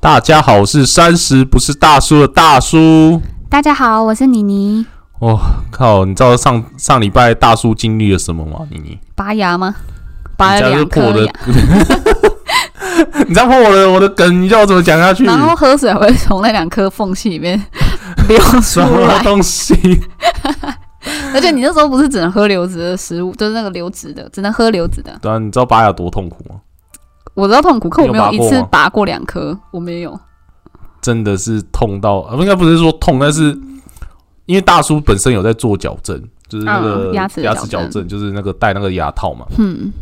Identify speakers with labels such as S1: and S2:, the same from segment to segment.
S1: 大家好，我是三十不是大叔的大叔。
S2: 大家好，我是妮妮。
S1: 哦，靠！你知道上上礼拜大叔经历了什么吗？妮妮，
S2: 拔牙吗？拔
S1: 你
S2: 了
S1: 这样就
S2: 两
S1: 破我
S2: 颗
S1: 的
S2: 牙，，
S1: 你这样破我的我的梗，你叫我怎么讲下去？
S2: 然后喝水会从那两颗缝隙里面 流出
S1: 什么
S2: 来。
S1: 东西？
S2: 而且你那时候不是只能喝流质的食物，就是那个流质的，只能喝流质的。
S1: 对啊，你知道拔牙多痛苦吗？
S2: 我知道痛苦，可
S1: 你有
S2: 我没有
S1: 拔
S2: 一
S1: 过
S2: 次
S1: 吗
S2: 拔过两颗，我没有。
S1: 真的是痛到，呃应该不是说痛，但是因为大叔本身有在做矫正，就是那个
S2: 嗯牙齿的矫
S1: 矫
S2: 正
S1: 正，就是那个戴那个牙套嘛。
S2: 嗯，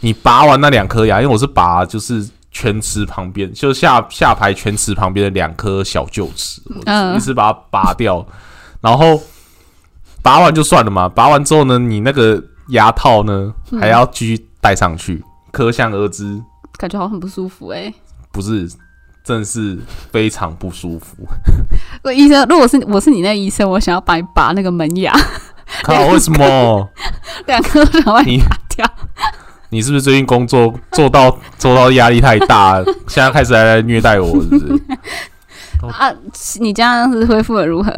S1: 你拔完那两颗牙，因为我是拔就是全齿旁边，就下下排全齿旁边的两颗小臼齿，我
S2: 嗯
S1: 一次把它拔掉，然后拔完就算了嘛。拔完之后呢，你那个牙套呢
S2: 嗯
S1: 还要继续戴上去，可想而知，
S2: 感觉好像很不舒服哎、
S1: 不是，真是非常不舒服。
S2: 我医生，如果是我是你那医生，我想要把你拔那个门牙
S1: 靠，为什么？
S2: 两颗，想把你
S1: 你
S2: 拔掉。
S1: 你是不是最近工作做到做到压力太大，现在开始来虐待我，是不是？哦
S2: 啊，你这样子恢复的如何？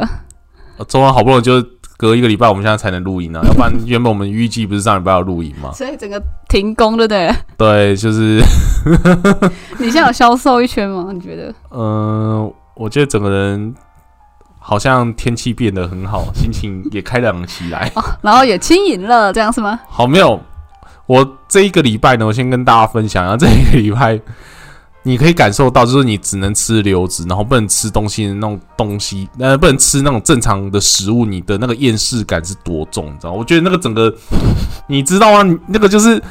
S1: 呃周完好不容易就是隔一个礼拜，我们现在才能录音啊， 要不然原本我们预计不是上礼拜要录音吗？
S2: 所以整个停工，对不对了？
S1: 对，就是
S2: 你现在有消瘦一圈吗？你觉得？
S1: 嗯、呃我觉得整个人好像天气变得很好，心情也开朗起来。
S2: 然后也轻盈了，这样是吗？
S1: 好，没有，我这一个礼拜呢，我先跟大家分享一下，这一个礼拜你可以感受到，就是你只能吃流质，然后不能吃东西的那种东西，呃，不能吃那种正常的食物，你的那个厌世感是多重，你知道吗？我觉得那个整个，你知道吗？你那个就是。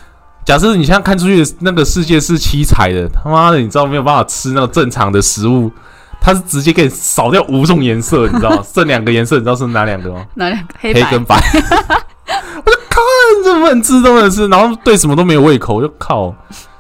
S1: 假设你现在看出去的那个世界是七彩的，他妈的，你知道没有办法吃那个正常的食物，它是直接给你扫掉五种颜色，你知道吗？剩两个颜色，你知道是哪两个吗？
S2: 哪两个黑
S1: 黑
S2: 白？
S1: 跟白。 我就靠，你这不能吃都能吃，然后对什么都没有胃口，我就靠，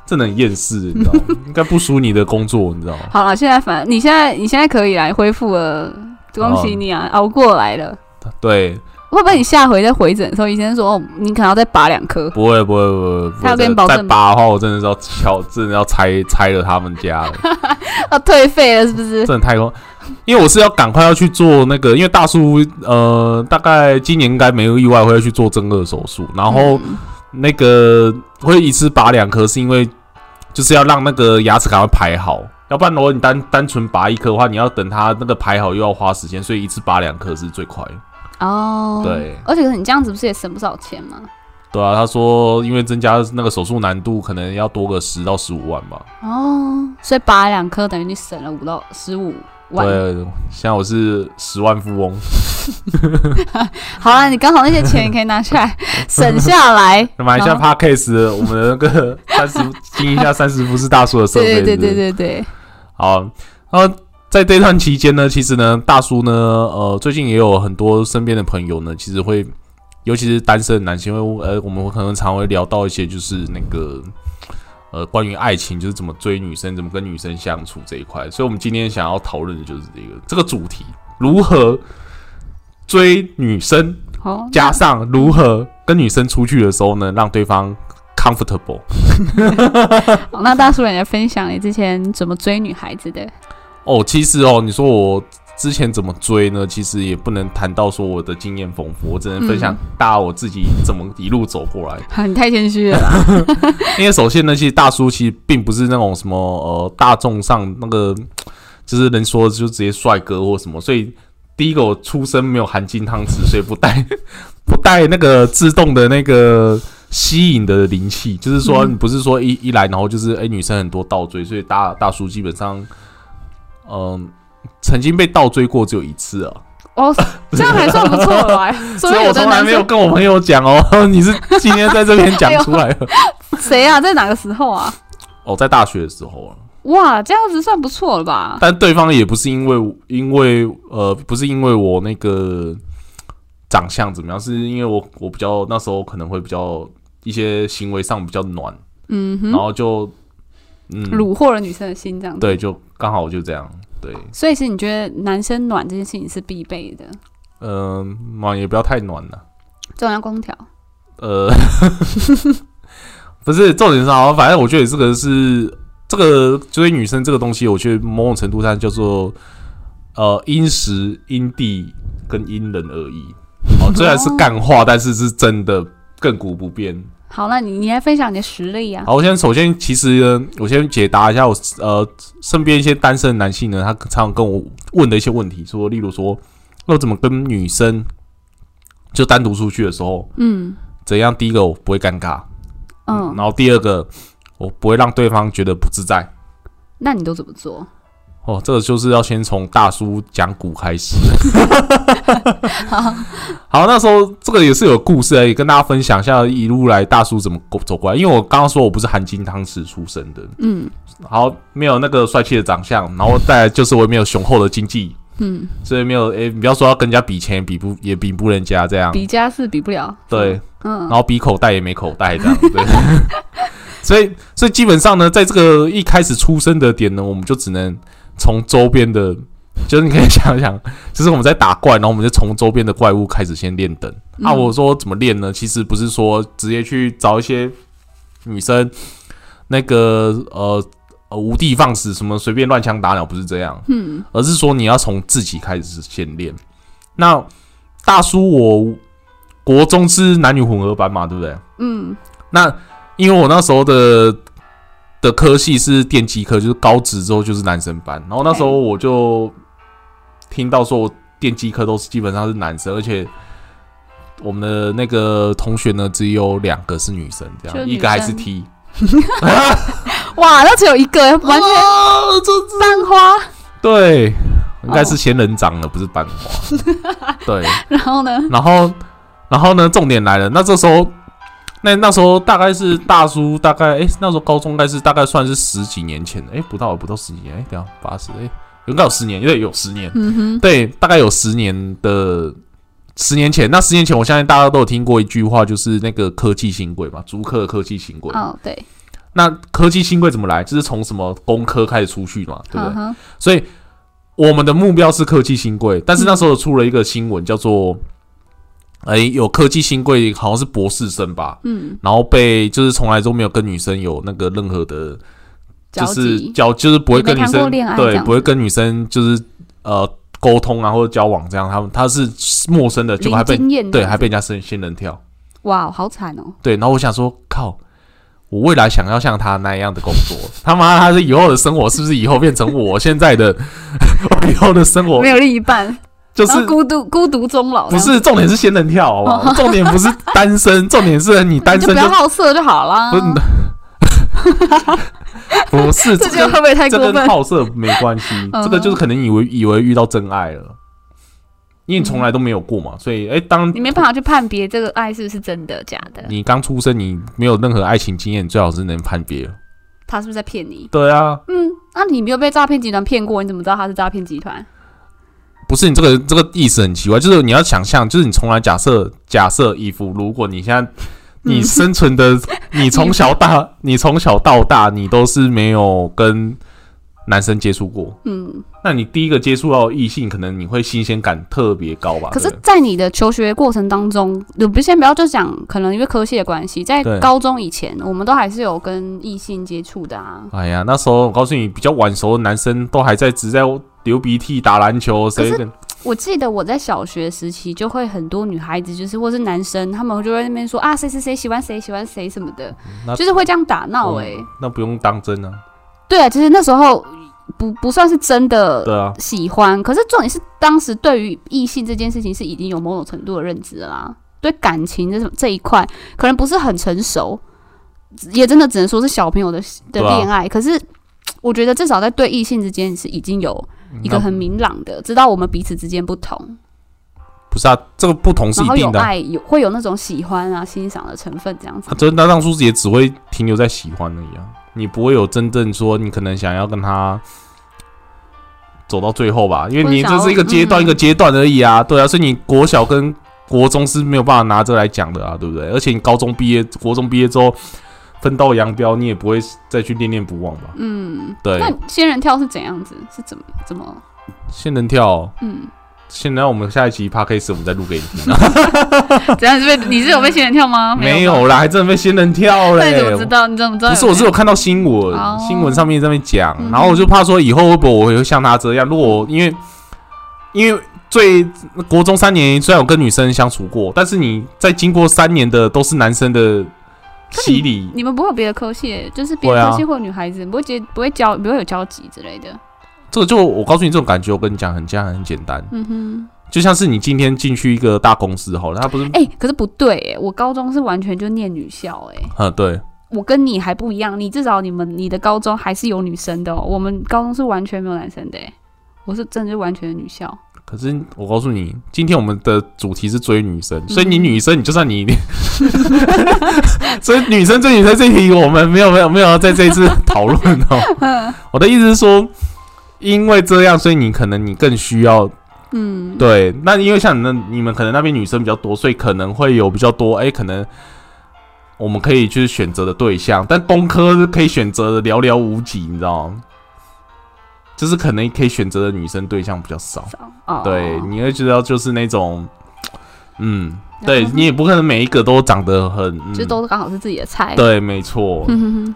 S1: 真的很厌世，你知道吗？应该不输你的工作，你知道吗？
S2: 好了，现在反你现在你现在可以来恢复了，恭喜你
S1: 哦
S2: 啊，熬过来了。
S1: 对，
S2: 会不会你下回再回诊的时候，医生说、哦、你可能要再拔两颗？
S1: 不会不会不会，不
S2: 他
S1: 会
S2: 有跟
S1: 再
S2: 你保证
S1: 再拔的话，我真的是要敲，真的要拆拆了他们家了，
S2: 要哦退费了是不是？
S1: 真的太空。因为我是要赶快要去做那个，因为大叔呃，大概今年应该没有意外会去做正颌手术，然后
S2: 嗯
S1: 那个会一次拔两颗，是因为就是要让那个牙齿赶快排好，要不然如果你单单纯拔一颗的话，你要等它那个排好又要花时间，所以一次拔两颗是最快的。
S2: 哦，
S1: 对
S2: 而且你这样子不是也省不少钱吗？
S1: 对啊，他说因为增加那个手术难度，可能要多个十到十五万吧。
S2: 哦，所以拔两颗等于你省了五到十五万。
S1: 对，现在我是十万富翁，
S2: 好了，你刚好那些钱也可以拿下来省 下来。
S1: 买一下
S2: 然后
S1: Parkcase，我们的那个三十经营一下三十不是大叔的设备。是
S2: 对对
S1: 不是
S2: 对对对，
S1: 好，然后在这段期间呢，其实呢，大叔呢，呃，最近也有很多身边的朋友呢，其实会，尤其是单身的男性，因为呃，我们可能常会聊到一些就是那个。呃，关于爱情，就是怎么追女生，怎么跟女生相处这一块，所以我们今天想要讨论的就是这个这个主题，如何追女生，
S2: 哦，
S1: 加上如何跟女生出去的时候呢，让对方 comfortable。
S2: 好那大叔也来分享你之前怎么追女孩子的。
S1: 哦，其实哦，你说我之前怎么追呢？其实也不能谈到说我的经验丰富，我只能分享
S2: 嗯
S1: 大家我自己怎么一路走过来。
S2: 啊，你太谦虚了啦。
S1: 因为首先呢，其实大叔其实并不是那种什么呃大众上那个，就是能说就直接帅哥或什么，所以第一个我出生没有含金汤匙，所以不带 不带那个自动的那个吸引的灵气，就是说
S2: 嗯
S1: 你不是说一一来然后就是哎、女生很多倒追，所以大大叔基本上嗯、曾经被倒追过只有一次啊，
S2: 哦，这样还算不错了吧？
S1: 所
S2: 所以
S1: 以我
S2: 有的
S1: 从来
S2: 男
S1: 没有
S2: 生
S1: 跟我朋友讲哦， 你是今天在这边讲出来
S2: 哎
S1: 的
S2: 谁啊，在哪个时候啊？
S1: 哦，在大学的时候啊。
S2: 哇，这样子算不错了 吧？
S1: 但对方也不是因为因为呃，不是因为我那个长相怎么样，是因为我我比较那时候可能会比较一些行为上比较暖，
S2: 嗯
S1: 然
S2: 哼，
S1: 后就嗯，
S2: 虏获了女生的心，这样子。
S1: 哦对，就刚好就这样，对，
S2: 所以是你觉得男生暖这件事情是必备的，
S1: 嗯、暖也不要太暖了，
S2: 中央空调。
S1: 啊呃，不是重点是好，反正我觉得这个是这个追女生这个东西，我觉得某种程度上叫做呃因时因地跟因人而异。哦，虽然是干话，但是是真的亘古不变。
S2: 好，那你你来分享你的实力啊呀、
S1: 好，我先首先其实呢我先解答一下我呃身边一些单身的男性呢，他常常跟我问的一些问题，说例如说要怎么跟女生就单独出去的时候，
S2: 嗯
S1: 怎样？第一个我不会尴尬，
S2: 嗯，
S1: 然后第二个我不会让对方觉得不自在。
S2: 那你都怎么做？
S1: 哦，这个就是要先从大叔讲古开 始。好，那时候这个也是有故事的，也跟大家分享一下一路来大叔怎么过走过来。因为我刚刚说我不是含金汤匙出生的，
S2: 嗯
S1: 好，没有那个帅气的长相，然后再来就是我也没有雄厚的经济，
S2: 嗯，
S1: 所以没有诶、你不要说要跟人家比钱，也比不也比不人家这样，
S2: 比家是比不了。
S1: 对，
S2: 嗯
S1: 然，后比口袋也没口袋这样，对。 所以，所以基本上呢，在这个一开始出生的点呢，我们就只能从周边的，就是你可以想一想，就是我们在打怪，然后我们就从周边的怪物开始先练等。啊，
S2: 嗯
S1: 我说怎么练呢？其实不是说直接去找一些女生，那个呃呃无的放矢，什么随便乱枪打鸟，不是这样。
S2: 嗯
S1: 而是说你要从自己开始先练。那大叔，我国中是男女混合班嘛，对不对？
S2: 嗯
S1: 那因为我那时候的的科系是电机科，就是高职之后就是男生班，然后那时候我就听到说，我电机科都是基本上是男生，而且。我们的那个同学呢，只有两个是女生，这
S2: 就是
S1: 样
S2: 女
S1: 一个还是
S2: 生
S1: T，
S2: 哇，那只有一 个完全
S1: 哦这这
S2: 班 花。
S1: 对，应该是仙人掌了，不是班花。对，
S2: 然后呢？
S1: 然后，然后呢？重点来了，那这时候，那那时候大概是大叔，大概诶，那时候高中应该是大概算是十几年前的，诶，不到不到十几年，诶，等一下八十，诶，应该有十年，因为有十年，
S2: 嗯哼，
S1: 对，大概有十年的。十年前，那十年前，我相信大家都有听过一句话，就是那个科技新贵嘛，竹科的科技新贵。
S2: 哦对，
S1: 那科技新贵怎么来？就是从什么工科开始出去嘛，对不对？
S2: 嗯哼，
S1: 所以我们的目标是科技新贵，但是那时候出了一个新闻，叫做，哎、有科技新贵好像是博士生吧，
S2: 嗯，
S1: 然后被就是从来都没有跟女生有那个任何的，就
S2: 交
S1: 是
S2: 集
S1: 交就是不会跟女
S2: 也没谈过
S1: 生
S2: 恋爱这
S1: 对，
S2: 样
S1: 不会跟女生就是呃沟通啊或者交往这样，他们他是陌生的，结果还
S2: 零
S1: 被
S2: 经验
S1: 对还被人家仙仙人跳，
S2: 哇，好惨哦。
S1: 对，然后我想说靠。我未来想要像他那样的工作，他妈他是以后的生活是不是以后变成我现在的 我以后的生活
S2: 没有另一半，
S1: 就是
S2: 然后孤独孤独终老，
S1: 不是重点是仙人跳，好不好？ 重点不是单身，重点是你单
S2: 你就
S1: 身
S2: 不
S1: 就
S2: 要好色就好啦。
S1: 不是不 是
S2: 这
S1: 这
S2: 句话
S1: 跟
S2: 会不会太
S1: 这
S2: 过
S1: 跟
S2: 分？
S1: 好色没关系，
S2: 嗯
S1: 这个就是可能以为以为遇到真爱了，因为你从来都没有过嘛，所以哎、当
S2: 嗯你没办法去判别这个爱是不是真的假的，
S1: 你刚出生，你没有任何爱情经验，你最好是能判别。
S2: 他是不是在骗你？
S1: 对啊，
S2: 嗯，那、你没有被诈骗集团骗过，你怎么知道他是诈骗集团？
S1: 不是你这个这个意思很奇怪，就是你要想象，就是你从来假设假设衣服，如果你现在
S2: 嗯
S1: 你生存的，你从小大， 你从小到大，你都是没有跟男生接触过，
S2: 嗯，
S1: 那你第一个接触到异性，可能你会新鲜感特别高吧？
S2: 可是
S1: 啊对不，
S2: 在你的求学过程当中，我不先不要就讲，可能因为科系的关系，在
S1: 对
S2: 高中以前，我们都还是有跟异性接触的啊。
S1: 对哎呀，那时候我告诉你，比较晚熟的男生都还在只在流鼻涕、打篮球，谁
S2: 可是
S1: 跟
S2: 我记得我在小学时期就会很多女孩子，就是或是男生，他们就会在那边说啊谁谁谁喜欢谁喜欢谁什么的
S1: 嗯那，
S2: 就是会这样打闹哎、
S1: 嗯那不用当真啊？
S2: 对啊，其实那时候不不算是真的
S1: 对啊，
S2: 喜欢，可是重点是当时对于异性这件事情是已经有某种程度的认知了啦，对感情这种这一块可能不是很成熟，也真的只能说是小朋友的的
S1: 对啊
S2: 恋爱。可是我觉得至少在对异性之间是已经有一个
S1: 那
S2: 很明朗的，知道我们彼此之间不同，
S1: 不是啊，这个不同是
S2: 然
S1: 一
S2: 后有
S1: 定的啊。
S2: 爱，有会有那种喜欢啊、欣赏的成分这样子
S1: 啊，。真的当初也只会停留在喜欢而已啊，你不会有真正说你可能想要跟他走到最后吧，因为
S2: 或者
S1: 你
S2: 想
S1: 这
S2: 要
S1: 是一个阶段
S2: 嗯
S1: 一个阶段而已啊，对啊，所以你国小跟国中是没有办法拿这来讲的啊，对不对？而且你高中毕业、国中毕业之后分道扬镳，你也不会再去恋恋不忘吧？
S2: 嗯，
S1: 对
S2: 那，仙人跳是怎样子？是怎么怎么？
S1: 仙人跳
S2: 嗯，
S1: 现在我们下一期 p a c k a g e 我们再录给你听啊。
S2: 怎样？你是被你是有被仙人跳吗？
S1: 没
S2: 哦有吧
S1: 有啦，还真的被仙人跳
S2: 那
S1: 嘞。
S2: 你怎么知道？你怎么知道有
S1: 不
S2: 没
S1: 是，
S2: 有？
S1: 我是有看到新闻，
S2: 哦
S1: 新闻上面在那边讲，
S2: 嗯
S1: 然后我就怕说以后会不会我也会像他这样，如果我因为因为最国中三年虽然有跟女生相处过，但是你在经过三年的都是男生的洗礼，
S2: 你们不会有别的科系，就是别
S1: 会
S2: 的
S1: 啊
S2: 科系或女孩子，不会接不会交不会有交集之类的。
S1: 这个就我告诉你这种感觉，我跟你讲很简单很简单，
S2: 嗯哼，
S1: 就像是你今天进去一个大公司好了，他不是
S2: 哎、可是不对哎、我高中是完全就念女校哎、
S1: 嗯对，
S2: 我跟你还不一样，你至少你们你的高中还是有女生的、哦，我们高中是完全没有男生的、欸，我是真的是完全的女校，
S1: 可是我告诉你，今天我们的主题是追女生，所以你女生，你就算你， 所以女生追女生这一题，我们没有没有没有要在这一次讨论哦。我的意思是说，因为这样，所以你可能你更需要
S2: 嗯，
S1: 对。那因为像你那你们可能那边女生比较多，所以可能会有比较多哎、可能我们可以去选择的对象，但工科可以选择的寥寥无几，你知道吗？就是可能可以选择的女生对象比较少。
S2: 少哦，
S1: 对，你会知道就是那种，嗯，
S2: 然后
S1: 对你也不可能每一个都长得很，嗯、
S2: 就都刚嗯好是自己的菜，
S1: 对，没错、
S2: 哼哼哼，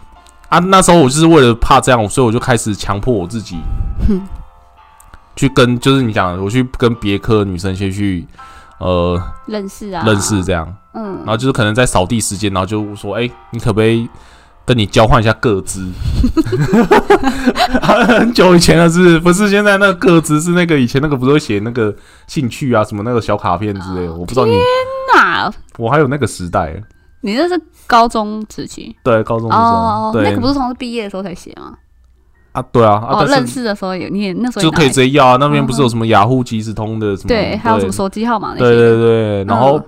S1: 啊。那时候我就是为了怕这样，所以我就开始强迫我自己
S2: 哼，
S1: 去跟，就是你讲的，我去跟别科的女生先去呃
S2: 认识啊，
S1: 认识这样，
S2: 嗯
S1: 然，后就是可能在扫地时间，然后就说，哎、你可不可以？跟你交换一下个资， 啊很久以前了，是不是不是现在那个个资是那个以前那个不是会写那个兴趣啊什么那个小卡片之
S2: 哦
S1: 类的，我不知道你
S2: 那
S1: 我还有那个时代，
S2: 你那是高中时期
S1: 对，高中的时候，
S2: 哦，
S1: 对
S2: 那个不是从毕业的时候才写吗？
S1: 啊，对啊，啊
S2: 哦，认
S1: 但是
S2: 识的时候有，你也那时候
S1: 就
S2: 也
S1: 可以
S2: 拿来
S1: 直接要啊。那边
S2: 嗯
S1: 不是有什么雅虎即时通的什么？
S2: 对，还有什么手机号码那些
S1: 对
S2: 的，
S1: 对对，然后、
S2: 嗯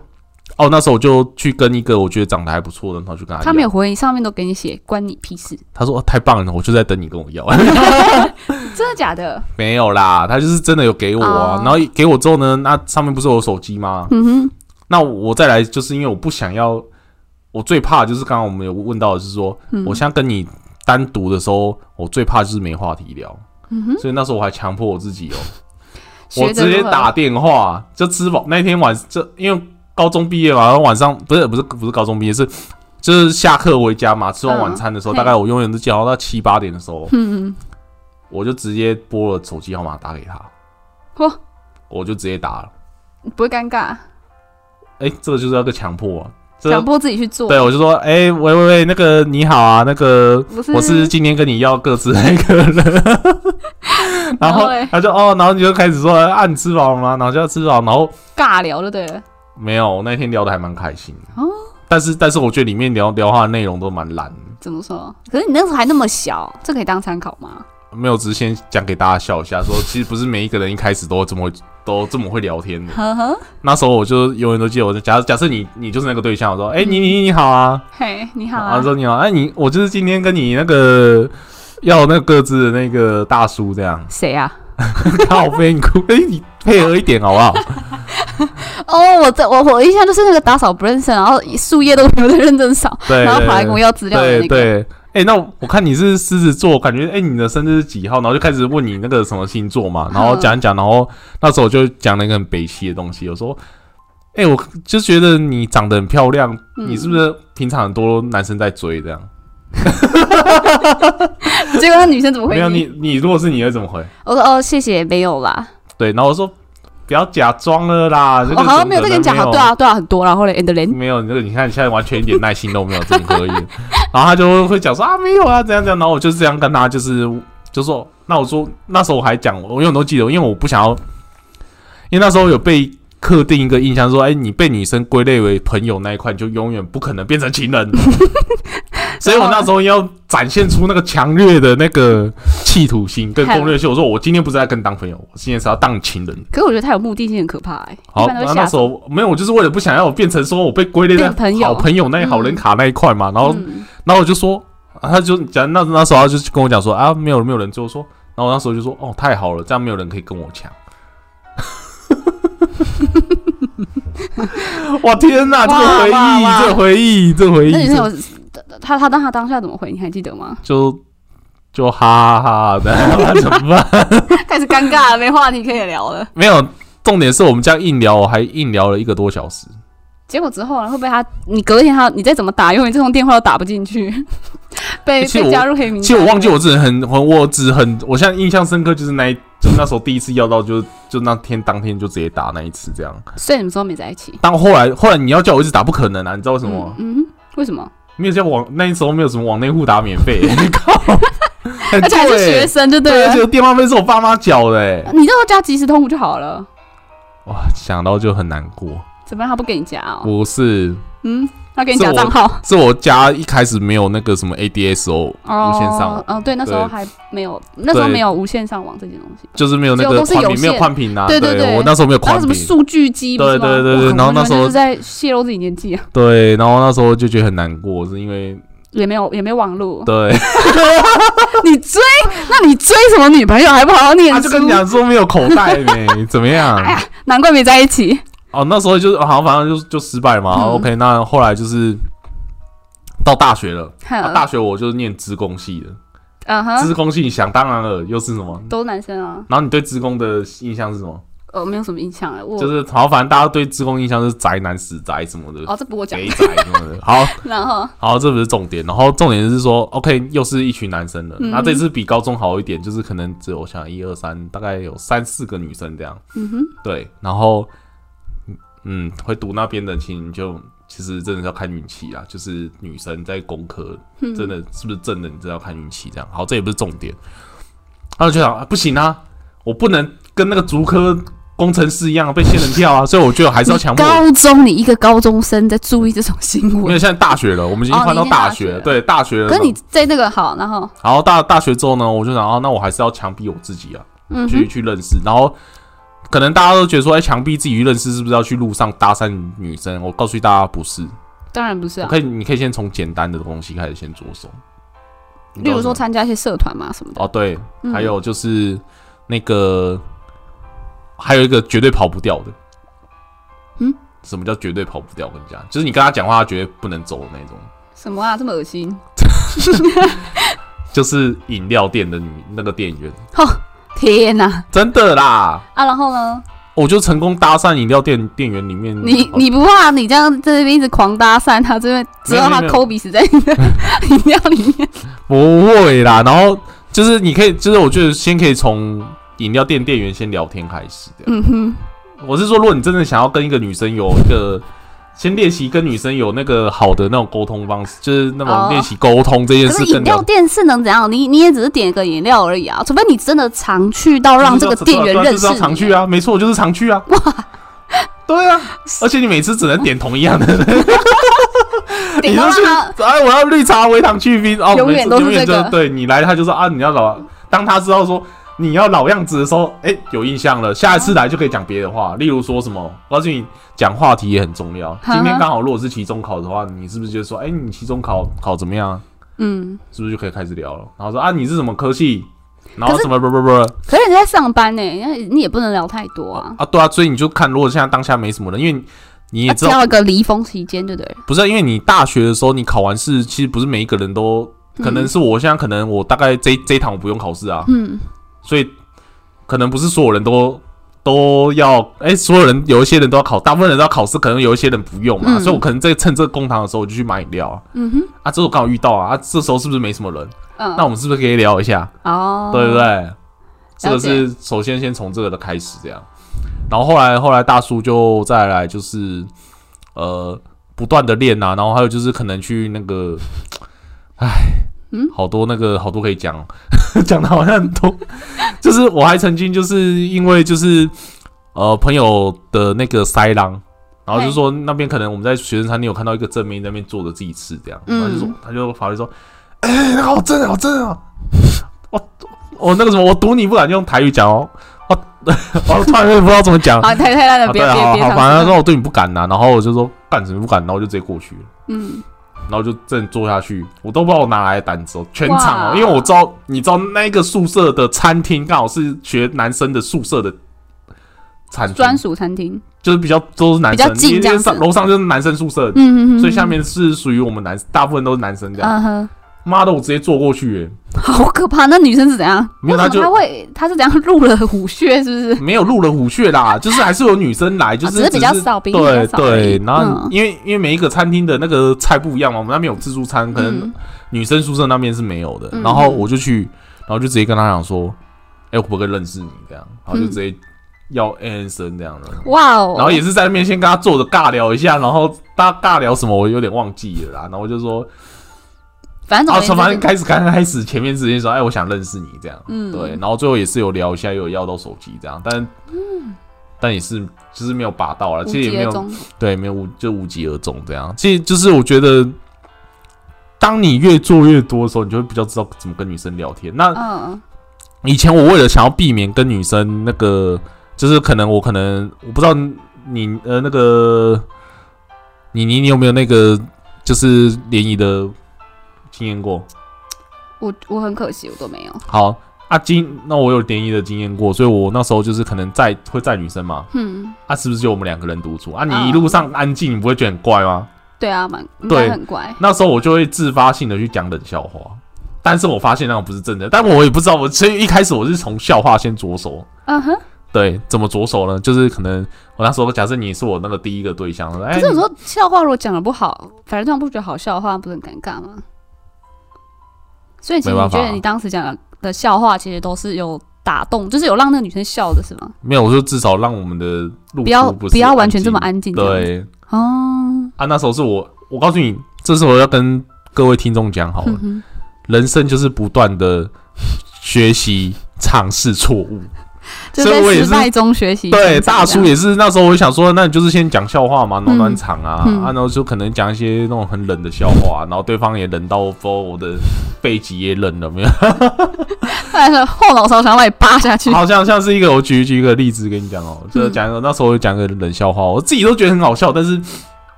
S1: 哦，那时候我就去跟一个我觉得长得还不错的，然后去跟他要
S2: 他没有回你，上面都给你写关你屁 事，
S1: 他说、哦、太棒了，我就在等你跟我要，
S2: 真的假的？
S1: 没有啦，他就是真的有给我啊。
S2: 哦
S1: 然后给我之后呢，那上面不是有手机吗？
S2: 嗯哼，
S1: 那我再来就是因为我不想要，我最怕就是刚刚我们有问到的是说，
S2: 嗯
S1: 我现在跟你单独的时候，我最怕就是没话题聊，
S2: 嗯哼，
S1: 所以那时候我还强迫我自己哦。我
S2: 学着
S1: 直接
S2: 如何
S1: 打电话，就吃饱那天晚，就因为高中毕业嘛，然后晚上不是不是不是高中毕业，是就是下课回家嘛，吃完
S2: 嗯
S1: 晚餐的时候，
S2: 嘿
S1: 大概我永远都记到到七八点的时候，
S2: 嗯，
S1: 我就直接拨了手机号码打给他，
S2: 嚯
S1: 我就直接打了。
S2: 嗯不会尴尬，
S1: 哎、这个就是要个强迫、啊，这
S2: 强迫自己去做。
S1: 对我就说，哎、喂喂喂，那个你好啊，那个
S2: 不是
S1: 我是今天跟你要各自那个 人，然
S2: 然后
S1: 后
S2: 嘞
S1: 他就哦，然后你就开始说，啊，你吃饱了吗？然后就要吃饱，然后
S2: 尬聊就对了。
S1: 没有，我那天聊的还蛮开心的。
S2: 哦
S1: 但是但是我觉得里面聊聊话的内容都蛮烂的，
S2: 怎么说？可是你那时候还那么小，这可以当参考吗？
S1: 没有，只是先讲给大家笑一下，说其实不是每一个人一开始都这么会都这么会聊天的。
S2: 呵呵，
S1: 那时候我就永远都记得，我就假假设你你就是那个对象，我说哎、你你你好啊，
S2: 嘿，你好
S1: 然后
S2: 啊，，
S1: 说你好，哎、你我就是今天跟你那个要那个各自的那个大叔这样
S2: 谁啊？
S1: 靠背你哭，哎、你配合一点好不好？
S2: 哦，我这我我印象就是那个打扫不认识，然后树叶都没有在认真扫，
S1: 对，
S2: 然后
S1: 对
S2: 跑来跟
S1: 对
S2: 我要资料的
S1: 对
S2: 那个。
S1: 对，哎、那我看你是狮子座，感觉哎、你的生日是几号？然后就开始问你那个什么星座
S2: 嗯
S1: 嘛，然后讲一讲，然后那时候我就讲了一个很北气的东西，我说，哎、我就觉得你长得很漂亮，
S2: 嗯
S1: 你是不是平常很多男生在追这样？
S2: 结果那女生怎么回
S1: 没有你
S2: 你？，
S1: 你如果是你会怎么回？
S2: 我说哦，谢谢，没有啦。
S1: 对，然后我说不要假装了啦，这
S2: 我
S1: 个
S2: 哦好
S1: 怎
S2: 像
S1: 么
S2: 没有
S1: 可
S2: 在
S1: 能
S2: 跟你讲，
S1: 没有
S2: 对啊，对啊，很多。然后嘞，and then，
S1: 没有，你这个你看你现在完全一点耐心都没有，怎么可以？然后他就会讲说啊没有啊，怎样怎样。然后我就是这样跟他就是就说，那我说那时候我还讲，我永远都记得，因为我不想要，因为那时候有被刻定一个印象说，哎，你被女生归类为朋友那一块，你就永远不可能变成情人。所以我那时候要展现出那个强烈的那个企图心跟攻略性。我说我今天不是在跟你当朋友，我今天是要当情人。
S2: 可是我觉得他有目的性，很可怕哎。
S1: 好，
S2: 一般都
S1: 那那
S2: 会吓
S1: 时
S2: 死。
S1: 候没有，我就是为了不想要我变成说我被归类在
S2: 变朋友
S1: 好朋友那一好人卡那一块嘛，然后
S2: 嗯
S1: 然后我就说，啊他就讲那那时候他就跟我讲说啊没有没有人，最后说，然后我那时候就说哦太好了，这样没有人可以跟我抢。 哇天哪，这个
S2: 哇
S1: 回
S2: 哇
S1: 忆，
S2: 哇
S1: 这个回忆，这个回
S2: 那
S1: 忆
S2: 女，生有他他当他当下怎么回？你还记得吗？
S1: 就就哈哈哈的，那怎么办？
S2: 开始尴尬了，没话题可以聊了。
S1: 没有，重点是我们这样硬聊，我还硬聊了一个多小时。
S2: 结果之后呢，会被他，你隔天他，你再怎么打，永远这通电话都打不进去，被
S1: 欸其实
S2: 被
S1: 我
S2: 加入黑名单。
S1: 其实我忘记我自己很很我只很我现在印象深刻就是那一就那时候第一次要到就就那天当天就直接打那一次这样。
S2: 所以你们之后没在一起？
S1: 但后来后来你要叫我一直打不可能啊，你知道为什么吗？
S2: 嗯？嗯，为什么？
S1: 没有叫网那时候没有什么往内户打免 费，靠，很
S2: 而且还是
S1: 贵欸
S2: 学生，啊嗯就
S1: 对，
S2: 了
S1: 而。且电话费是我爸妈缴的、欸，
S2: 你让我加即时通不就好了？
S1: 哇，想到就很难过。
S2: 怎么样？他不给你加哦？
S1: 不是，
S2: 嗯，他给你
S1: 是
S2: 加
S1: 我
S2: 账号。
S1: 是我家一开始没有那个什么 ADSO，
S2: 哦，
S1: 无线上网
S2: 哦，对，那时候
S1: 对
S2: 还没有，那时候
S1: 对
S2: 没有无线上网这件东西。
S1: 就是没有那
S2: 所以我
S1: 个
S2: 都是
S1: 宽
S2: 有
S1: 频，没有
S2: 线
S1: 宽频啊。
S2: 对对对
S1: 我那时候没有
S2: 还有
S1: 宽
S2: 什么
S1: 频，
S2: 数据机？不是吗
S1: 对对对对
S2: 哇
S1: 然后那时候
S2: 我们就是在泄露自己年纪啊，
S1: 对，然后那时候就觉得很难过，是因为
S2: 也没有也没有网络。
S1: 对，
S2: 你追？那你追什么女朋友？还不好好念
S1: 他
S2: 书
S1: 啊就？跟你讲说没有口袋没怎么样。
S2: 哎呀，难怪没在一起。
S1: 哦，那时候就是好像反正就就失败嘛。
S2: 嗯
S1: OK，那后来就是到大学了，
S2: 哼
S1: 啊、大学我就是念职工系的，
S2: 嗯哼，
S1: 职工系想当然了又是什么？
S2: 都男生啊，
S1: 然后你对职工的印象是什么？
S2: 呃，没有什么印象了。我
S1: 就是好，反正大家对职工印象是宅男、死宅什么的，
S2: 哦，这不我讲
S1: 肥。宅什么的。好，
S2: 然后
S1: 好，这不是重点。然后重点是说，OK，又是一群男生了。
S2: 嗯
S1: 那这次比高中好一点，就是可能只有我想一二三，大概有三四个女生这样。
S2: 嗯哼，
S1: 对，然后嗯，会读那边的，其实你就其实真的是要看运气啦。就是女生在工科，
S2: 嗯
S1: 真的是不是真的，你知道看运气这样。好，这也不是重点。然后我就想、啊，不行啊，我不能跟那个竹科工程师一样被仙人跳啊，所以我觉得还是要强迫我。
S2: 高中你一个高中生在注意这种新
S1: 因
S2: 闻
S1: 为，现在大学了，我们已经
S2: 哦
S1: 换到
S2: 你已经大
S1: 学
S2: 学
S1: 了，
S2: 了
S1: 对大学了。
S2: 可是你在那个好，然后
S1: 然后大大学之后呢，我就想，哦，那我还是要强逼我自己啊，
S2: 嗯
S1: 去
S2: 哼，
S1: 去认识。然后可能大家都觉得说，哎，强逼自己去认识是不是要去路上搭讪女生？我告诉大家，不是。
S2: 当然不是
S1: 我
S2: 啊。
S1: 可以，你可以先从简单的东西开始先着手，你
S2: 例
S1: 知道
S2: 如说
S1: 什么
S2: 参加一些社团嘛什么的，
S1: 哦，对，
S2: 嗯
S1: 还有就是那个，还有一个绝对跑不掉的。
S2: 嗯，
S1: 什么叫绝对跑不掉？我跟你讲，就是你跟他讲话，他绝对不能走的那种。
S2: 什么啊，这么恶心！
S1: 就是饮料店的女那个店员，
S2: 天哪
S1: 真的啦，
S2: 啊！然后呢，
S1: 我就成功搭讪饮料店店员里面。
S2: 你
S1: 哦
S2: 你不怕你这样在这边一直狂搭讪他，这边只要
S1: 没
S2: 他
S1: 有没有
S2: 抠鼻屎在你的 饮料里面，
S1: 不会啦，然后就是你可以，就是我觉得先可以从饮料店店员先聊天开始的。
S2: 嗯哼，
S1: 我是说，如果你真的想要跟一个女生有一个。先练习跟女生有那个好的那种沟通方式，就是那
S2: 哦
S1: 种练习沟通这件
S2: 可
S1: 事
S2: 是
S1: 更
S2: 饮料
S1: 了。
S2: 店是能怎样？你你也只是点个饮料而已啊，除非你真的常去到让这个
S1: 就是
S2: 店
S1: 要
S2: 员
S1: 对啊
S2: 认
S1: 就是
S2: 识
S1: 要
S2: 你。
S1: 常去啊，没错，我就是常去啊。哇，对 啊，而且你每次只能点同一样的，
S2: 点
S1: 你
S2: 到
S1: 就去
S2: 他
S1: 哎，我要绿茶微糖去冰哦，
S2: 永远
S1: 每次
S2: 都是
S1: 永远
S2: 这个
S1: 就对你来，他就说啊，你要老，当他知道说你要老样子的时候，哎、有印象了，下一次来就可以讲别的话，例如说什么，我告诉你，讲话题也很重要。
S2: 哈
S1: 今天刚好如果是期中考的话，你是不是就说，哎、你期中考考怎么样啊？
S2: 嗯，
S1: 是不是就可以开始聊了？然后说啊，你是什么科系？然后
S2: 可
S1: 什
S2: 是
S1: 么不不不
S2: 可是你在上班呢、那你也不能聊太多啊。
S1: 啊，对啊，所以你就看，如果现在当下没什么人，因为你也
S2: 啊
S1: 知
S2: 只
S1: 道，
S2: 要有个离峰期间，对不对？
S1: 不是因为你大学的时候，你考完试，其实不是每一个人都可能是我现在可能我大概这这一堂我不用考试啊，
S2: 嗯，
S1: 所以可能不是所有人都都要，哎、所有人有一些人都要考，大部分人都要考试，可能有一些人不用嘛，
S2: 嗯
S1: 所以我可能在趁这个公堂的时候我就去买饮料啊，
S2: 嗯哼，
S1: 啊，这时候刚好遇到啊，啊，这时候是不是没什么人？
S2: 嗯，
S1: 那我们是不是可以聊一下，
S2: 哦，
S1: 对不？对？这个
S2: 了解
S1: 是首先先从这个的开始这样，然后后来后来大叔就再来就是呃不断的练啊，然后还有就是可能去那个，唉，
S2: 嗯
S1: 好多那个好多可以讲哦， 讲的好像很多，就是我还曾经就是因为就是呃朋友的那个塞狼。然后就说那边可能我们在学生餐厅有看到一个正妹在那边坐着自己吃这样，然后就说
S2: 嗯
S1: 他就跑来说，哎、那个好正啊，好正啊，我我哦那个什么，我赌你不敢用台语讲哦， 我我突然间不知道怎么讲，
S2: 好，太太太
S1: 啊对，
S2: 太，别别
S1: 好
S2: 别
S1: 好，
S2: 尝试
S1: 反正他
S2: 了
S1: 说我对你不敢呐、然后我就说干什么不敢，然后我就直接过去了，
S2: 嗯，
S1: 然后就真的坐下去，我都不知道我哪来的胆子哦，全场哦，
S2: 哇
S1: 因为我知道你知道那个宿舍的餐厅刚好是学男生的宿舍的餐厅，
S2: 专属餐厅，
S1: 就是比较都是男生，
S2: 比较近
S1: 因为
S2: 这样子
S1: 上楼上就是男生宿舍，
S2: 嗯嗯嗯，
S1: 所以下面是属于我们男，大部分都是男生这样，
S2: 嗯哼，
S1: 妈的，我直接坐过去耶、
S2: 好可怕！那女生是怎样？
S1: 没有
S2: 为什么
S1: 她就
S2: 她会，她是怎样入了虎穴？是不是？
S1: 没有入了虎穴啦，就是还是有女生来，就
S2: 啊
S1: 是
S2: 只是比较少比例比较
S1: 对
S2: 少而已
S1: 对，然后
S2: 嗯
S1: 因为因为每一个餐厅的那个菜不一样嘛，我们那边有自助餐，可能
S2: 嗯
S1: 女生宿舍那边是没有的，
S2: 嗯
S1: 然后我就去，然后就直接跟他讲说，哎，我可不可以认识你这样，然后就直接要 N 生这样的，
S2: 哇嗯哦！
S1: 然后也是在那边先跟他坐着尬聊一下，然后大家尬聊什么我有点忘记了啦，然后我就说，
S2: 反正
S1: 啊，从
S2: 总而
S1: 反正
S2: 言之，
S1: 开始刚开始前面直接说，哎，我想认识你这样，
S2: 嗯，
S1: 对，然后最后也是有聊一下，有要到手机这样，但、但也是就是没有拔到了，
S2: 嗯无
S1: 其实也
S2: 疾
S1: 没
S2: 而
S1: 有
S2: 终。
S1: 对，没有无就无疾而终这样。其实就是我觉得，当你越做越多的时候，你就会比较知道怎么跟女生聊天。那
S2: 嗯
S1: 以前我为了想要避免跟女生那个，就是可能我可能我不知道你呃那个你你你有没有那个就是联谊的经验过？
S2: 我我很可惜，我都没有。
S1: 好啊，经那我有联谊的经验过，所以我那时候就是可能在会载女生嘛，
S2: 嗯，
S1: 啊，是不是就我们两个人独处啊？
S2: 嗯
S1: 你一路上安静，你不会觉得很怪吗？
S2: 对啊，蛮应
S1: 对
S2: 该很乖。
S1: 那时候我就会自发性的去讲冷笑话，但是我发现那个不是真的，但我也不知道，我所以一开始我是从笑话先着手。
S2: 嗯哼，
S1: 对，怎么着手呢？就是可能我那时候假设你是我那个第一个对象，哎
S2: 可，是有时候笑话如果讲的不好，反正对方不觉得好笑的话，不是很尴尬吗？所以其实
S1: 没
S2: 你
S1: 办法
S2: 觉得你当时讲的笑话，其实都是有打动，就是有让那个女生笑的，是吗？
S1: 没有，我就至少让我们的路
S2: 不要
S1: 途不是
S2: 不要完全
S1: 安静
S2: 这么安静。这样子
S1: 对
S2: 哦，
S1: 啊，那时候是我，我告诉你，这时候要跟各位听众讲好了
S2: 嗯，哼，
S1: 人生就是不断的学习、尝试错误。
S2: 就
S1: 所以
S2: 在
S1: 我也
S2: 失
S1: 是
S2: 败中学习成长这
S1: 对，
S2: 样。
S1: 大叔也是那时候，我想说，那你就是先讲笑话嘛，暖暖场啊，
S2: 嗯嗯
S1: 啊，然后就可能讲一些那种很冷的笑话，然后对方也冷到说我的背脊也冷了，没有？
S2: 但是后脑勺想把你扒下去。
S1: 好像像是一个，我举举一个例子跟你讲 哦，就是讲一个那时候我讲一个冷笑话，我自己都觉得很好笑，但是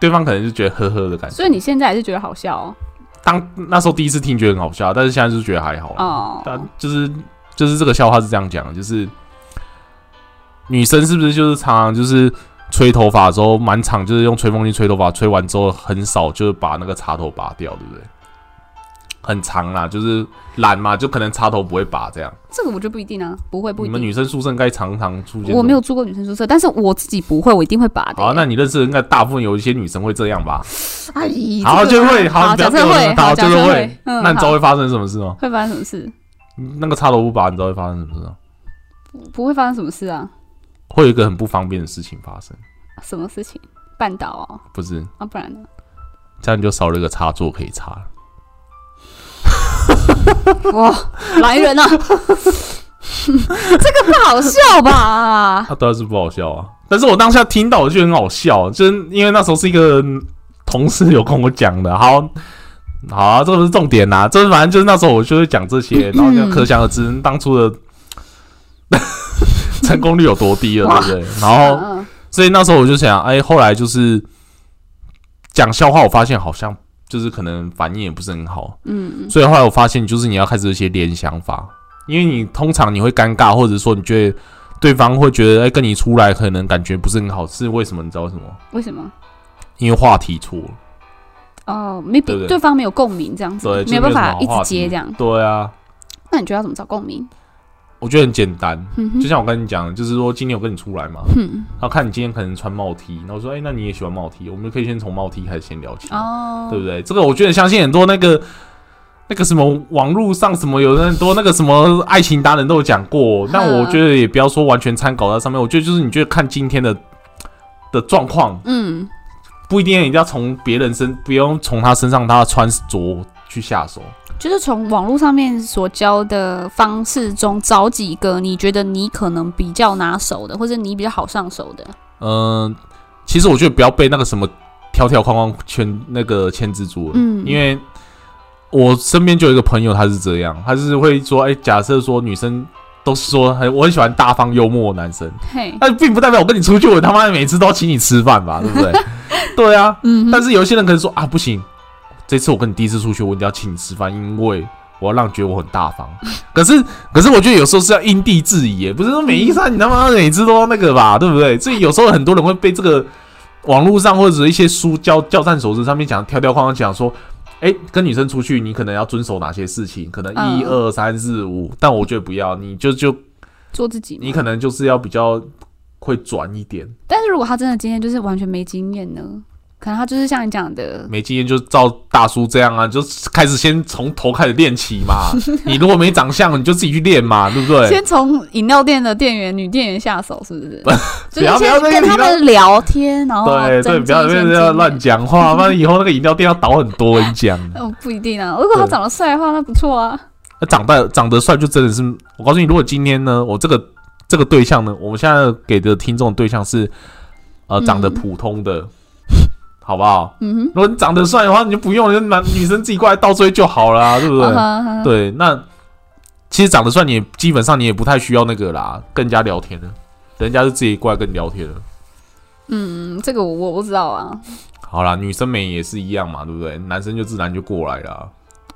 S1: 对方可能就觉得呵呵的感觉。
S2: 所以你现在还是觉得好笑哦。
S1: 当那时候第一次听觉得很好笑，但是现在就觉得还好啦。但
S2: 哦，
S1: 就是就是这个笑话是这样讲的，就是女生是不是就是常常就是吹头发的时候，满场就是用吹风机吹头发，吹完之后很少就是把那个插头拔掉，对不对？很长啦，就是懒嘛，就可能插头不会拔这样。
S2: 这个我就不一定啊，不会不
S1: 你
S2: 一
S1: 们
S2: 定。
S1: 女生宿舍应该常常出现这种。
S2: 我没有住过女生宿舍，但是我自己不会，我一定会拔的。
S1: 好，啊那你认识的应该大部分有一些女生会这样吧？
S2: 哎，这个
S1: 好就会好
S2: 好，
S1: 你不要
S2: 假
S1: 给
S2: 设
S1: 我那
S2: 会，
S1: 么大
S2: 好，
S1: 就
S2: 假
S1: 是
S2: 设
S1: 会
S2: 会，嗯，
S1: 那你知道
S2: 好
S1: 会发生什么事吗？
S2: 会发生什么事？
S1: 那个插头不拔，你知道会发生什么事吗？
S2: 不不会发生什么事啊？
S1: 会有一个很不方便的事情发生，
S2: 什么事情？绊倒哦，
S1: 不是？
S2: 啊，不然呢？
S1: 这样你就少了一个插座可以插了。
S2: 哇，来人 啊！这个不好笑吧？
S1: 他当然是不好笑啊。但是我当下听到我就觉得很好笑，就是因为那时候是一个嗯同事有跟我讲的。 好，好、啊，这不是重点啦、这反正就是那时候我就会讲这些，然后就可想而知当初的 成功率有多低了，对不对？然后，
S2: 嗯，
S1: 所以那时候我就想，哎，后来就是讲笑话，我发现好像就是可能反应也不是很好，
S2: 嗯，
S1: 所以后来我发现，就是你要开始有一些联想法，因为你通常你会尴尬，或者说你觉得对方会觉得，哎、跟你出来可能感觉不是很好，是为什么？你知道为什么？
S2: 为什么？
S1: 因为话题错了。
S2: 哦，没
S1: 对不对
S2: 对方没有共鸣，这样子
S1: 对，就是
S2: 没有办法
S1: 没
S2: 一
S1: 有什么
S2: 直
S1: 话题
S2: 接这样。
S1: 对啊，
S2: 那你觉得要怎么找共鸣？
S1: 我觉得很简单，
S2: 嗯
S1: 就
S2: 哼，
S1: 像我跟你讲的，就是说今天我跟你出来嘛，
S2: 嗯，
S1: 然后看你今天可能穿帽 T，然后我说，哎、那你也喜欢帽 T，我们就可以先从帽 T 开始先聊起，
S2: 哦，
S1: 对不对？这个我觉得相信很多那个。那个什么网络上什么有很多那个什么爱情达人都有讲过，但我觉得也不要说完全参考在上面。我觉得就是你觉得看今天的的状况，
S2: 嗯，
S1: 不一定一定要从别人身，不用从他身上他的穿着去下手。
S2: 就是从网络上面所教的方式中找几个你觉得你可能比较拿手的，或者你比较好上手的。
S1: 嗯、其实我觉得不要被那个什么条条框框圈那个牵制住了，
S2: 嗯
S1: 因为我身边就有一个朋友，他是这样，他是会说，哎、假设说女生都是说很我很喜欢大方幽默的男生。
S2: 嘿，
S1: 但并不代表我跟你出去，我他妈的每次都要请你吃饭吧，对不对？对啊，
S2: 嗯
S1: 但是有一些人可能说啊，不行，这次我跟你第一次出去，我一定要请你吃饭，因为我要让你觉得我很大 方。可是，可是我觉得有时候是要因地制宜耶，不是说每一啊餐你他妈每次都要那个吧，对不对？所以有时候很多人会被这个网络上或者一些书教教战手册上面讲条条框框讲说。哎、跟女生出去，你可能要遵守哪些事情？可能一
S2: 嗯
S1: 二三四五，但我觉得不要，你就就
S2: 做自己嘛。
S1: 你可能就是要比较会转一点，
S2: 但是如果他真的今天就是完全没经验呢？可能他就是像你讲的，
S1: 没经验就照大叔这样啊，就开始先从头开始练起嘛。 你如果没长相，你就自己去练嘛，对不对？
S2: 先从饮料店的店员、女店员下手，是不 是？就
S1: 不要
S2: 是
S1: 不要
S2: 先
S1: 那
S2: 跟
S1: 个
S2: 他们聊天，然后
S1: 对对，
S2: 哦增
S1: 不要
S2: 进
S1: 不
S2: 一些经
S1: 要
S2: 验
S1: 乱。讲 话，不然以后那个饮料店要倒很多。我跟你讲，
S2: 哦，不一定啊。如果他
S1: 对
S2: 长得帅的话，那不错啊。
S1: 那长得长得帅就真的是，我告诉你，如果今天呢，我这个这个对象呢，我们现在给的听众对象是呃长得
S2: 嗯
S1: 普通的，好不好？
S2: 嗯哼
S1: 如果你长得帅的话，你就不用人男女生自己过来倒追就好啦，对不对？
S2: 啊哈啊哈，
S1: 对，那其实长得帅，你也基本上你也不太需要那个啦，跟人家聊天了，人家就自己过来跟你聊天了。
S2: 嗯，这个我我不知道啊。
S1: 好啦，女生美也是一样嘛，对不对？男生就自然就过来啦。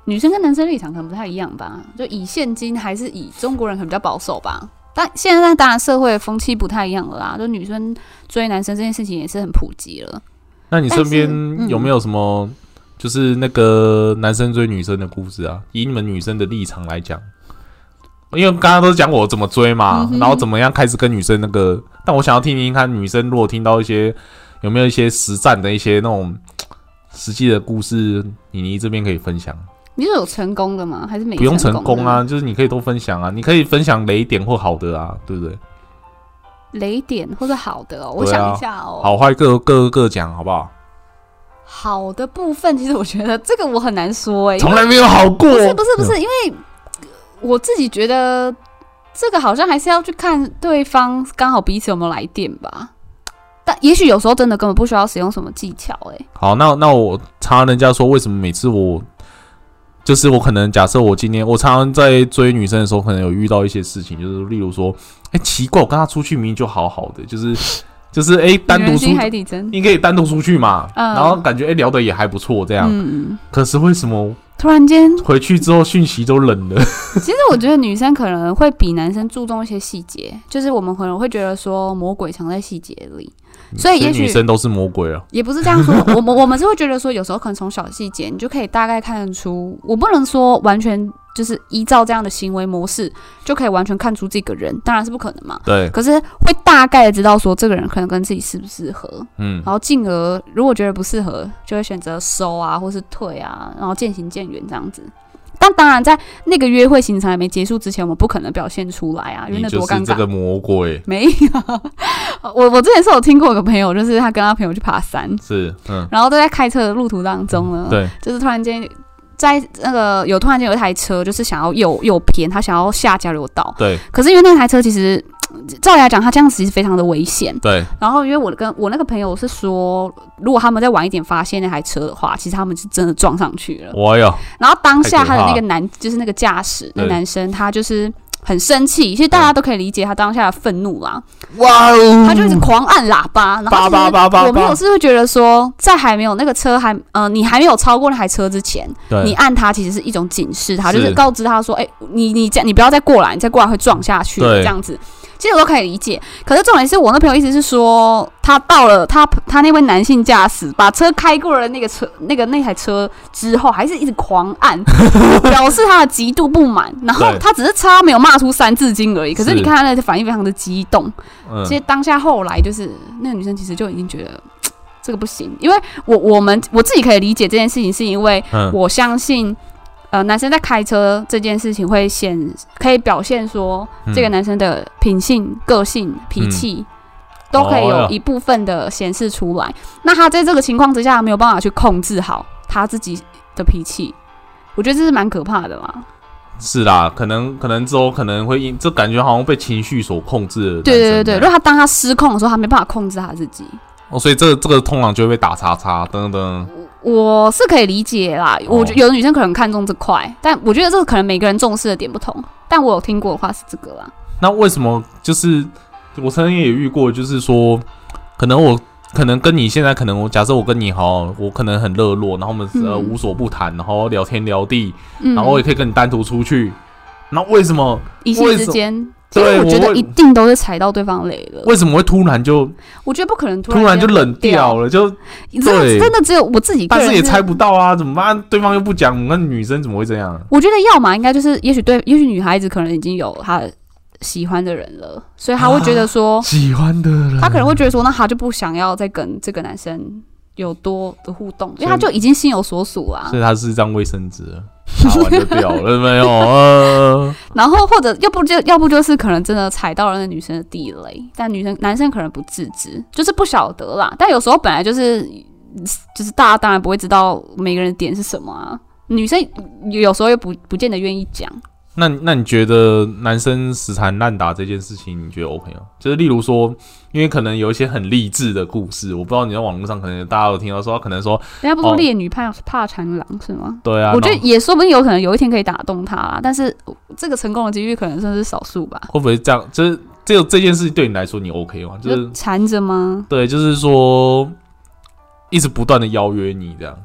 S2: 女生跟男生立场可能不太一样吧，就以现今还是以中国人可能比较保守吧。但现在当然社会风气不太一样了啦，就女生追男生这件事情也是很普及了。
S1: 那你
S2: 但是
S1: 身边
S2: 嗯
S1: 有没有什么就是那个男生追女生的故事啊？以你们女生的立场来讲，因为刚刚都是讲我怎么追嘛
S2: 嗯，哼
S1: 然后怎么样开始跟女生那个，但我想要听听看女生如果听到一些有没有一些实战的一些那种实际的故事，妮妮这边可以分享。
S2: 你是有成功的吗？还是没
S1: 不用成
S2: 功
S1: 功
S2: 的
S1: 啊，？就是你可以多分享啊，你可以分享雷点或好的啊，对不对？
S2: 雷点或者好的哦，我
S1: 对啊
S2: 想一下哦。
S1: 好坏各各各讲好不好？
S2: 好的部分，其实我觉得这个我很难说哎、因
S1: 从
S2: 为
S1: 来没有好过，
S2: 不是不是不是，因为我自己觉得这个好像还是要去看对方刚好彼此有没有来电吧。但也许有时候真的根本不需要使用什么技巧哎、
S1: 好，那那我常常人家说，为什么每次我就是我可能假设我今天我常常在追女生的时候，可能有遇到一些事情，就是例如说，哎、奇怪，我跟她出去明明就好好的，就是就是哎、单独
S2: 女人
S1: 出
S2: 心，海底针，
S1: 你可以单独出去嘛，
S2: 嗯
S1: 然后感觉哎、聊得也还不错这样，
S2: 嗯，嗯
S1: 可是为什么
S2: 突然间，
S1: 回去之后讯息都冷了？
S2: 其实我觉得女生可能会比男生注重一些细节，就是我们可能会觉得说魔鬼藏在细节里，所以也
S1: 嗯
S2: 许
S1: 女生都是魔鬼啊。
S2: 也不是这样说， 我们我们是会觉得说，有时候可能从小细节，你就可以大概看得出，我不能说完全就是依照这样的行为模式就可以完全看出这个人，当然是不可能嘛。
S1: 对，
S2: 可是会大概的知道说这个人可能跟自己适不 适合，
S1: 嗯，
S2: 然后进而如果觉得不适合，就会选择收啊，或是退啊，然后渐行渐远这样子。但当然，在那个约会行程还没结束之前，我们不可能表现出来啊，因为
S1: 你
S2: 那
S1: 就
S2: 多
S1: 是
S2: 尴
S1: 这
S2: 尬。
S1: 个魔鬼，
S2: 没有， 我我之前是有听过有个朋友，就是他跟他朋友去爬山，
S1: 是，嗯，
S2: 然后都在开车的路途当中呢，，
S1: 对，
S2: 就是突然间在那个有突然间有一台车，就是想要右右偏，他想要下交流道，
S1: 对，
S2: 可是因为那台车其实照理来讲，他这样其实非常的危险。
S1: 对，
S2: 然后因为我跟我那个朋友是说，如果他们再晚一点发现那台车的话，其实他们是真的撞上去了。
S1: 我有，
S2: 然后当下
S1: 太可怕了
S2: 他的那个男，就是那个驾驶那
S1: 对嗯
S2: 男生，他就是。很生气，其实大家都可以理解他当下的愤怒啦。
S1: 哇哦
S2: 他就一直狂按喇叭，然后就
S1: 叭
S2: 是
S1: 叭叭叭叭
S2: 我朋友是会觉得说，在还没有那个车还呃你还没有超过那台车之前，
S1: 对
S2: 你按它其实是一种警示他，
S1: 是
S2: 就是告知他说，哎、你你这样你不要再过来，你再过来会撞下去
S1: 对
S2: 这样子。其实我都可以理解，可是重点是我那朋友意思是说，他到了他他那位男性驾驶把车开过了那个车那个那台车之后，还是一直狂 按，表示他的极度不满。然后
S1: 对
S2: 他只是差没有骂出三字经而已，可是
S1: 是
S2: 你看他那个反应非常的激动。
S1: 嗯
S2: 其实当下后来就是那个女生其实就已经觉得这个不行，因为我我们我自己可以理解这件事情，是因为
S1: 嗯
S2: 我相信。呃，男生在开车这件事情会显可以表现说，
S1: 嗯
S2: 这个男生的品性、个性、脾气、都可以
S1: 哦
S2: 有
S1: 哟
S2: 一部分的显示出来。那他在这个情况之下没有办法去控制好他自己的脾气，我觉得这是蛮可怕的啦。
S1: 是啦，可能可能之后可能会因这感觉好像被情绪所控制的。
S2: 对对对对，如果他当他失控的时候，他没办法控制他自己，
S1: 哦，所以这这个通常就会被打叉叉，噔噔。
S2: 我是可以理解啦，
S1: 哦
S2: 我觉有的女生可能看重这块，但我觉得这个可能每个人重视的点不同。但我有听过的话是这个啦，
S1: 那为什么就是我曾经也遇过，就是说，可能我可能跟你现在可能我假设我跟你好，我可能很热络，然后我们呃
S2: 嗯
S1: 无所不谈，然后聊天聊地，
S2: 嗯，
S1: 然后我也可以跟你单独出去。那为什么
S2: 一
S1: 为
S2: 夕
S1: 什
S2: 之
S1: 么
S2: 间，其实
S1: 对
S2: 我觉
S1: 我
S2: 得一定都是踩到对方雷了。
S1: 为什么会突然就
S2: 我觉得不可能突
S1: 突然就
S2: 间
S1: 冷掉
S2: 了，
S1: 了？就
S2: 真的
S1: 对
S2: 真的只有我自己个
S1: 但
S2: 人
S1: 是也
S2: 是哦
S1: 猜不到啊，怎么办？对方又不讲，那女生怎么会这样？
S2: 我觉得要么应该就是，也许对，也许女孩子可能已经有她喜欢的人了，所以她会觉得说，
S1: 喜欢的人，
S2: 她可能会觉得说，那她就不想要再跟这个男生有多的互动，因
S1: 所以
S2: 为她就已经心有所属啊
S1: 所。以它是一张卫生纸 了，擦完就掉了，没有？哦呃，
S2: 然后或者要不就要不就是可能真的踩到了那女生的地雷，但女生男生可能不自知，就是不晓得啦。但有时候本来就是就是大家当然不会知道每个人的点是什么啊，女生有时候又不不见得愿意讲。
S1: 那那你觉得男生死缠烂打这件事情，你觉得 OK 吗？就是例如说，因为可能有一些很励志的故事，我不知道你在网络上可能大家有听到说，可能说
S2: 人家不是说
S1: 哦
S2: 烈女怕、怕缠郎是吗？
S1: 对啊，
S2: 我觉得
S1: 那
S2: 也说不定有可能有一天可以打动他啦，但是这个成功的几率可能算是少数吧。
S1: 会不会这样？就是这个这件事情对你来说，你 OK 吗？就是
S2: 就缠着吗？
S1: 对，就是说一直不断的邀约你这样。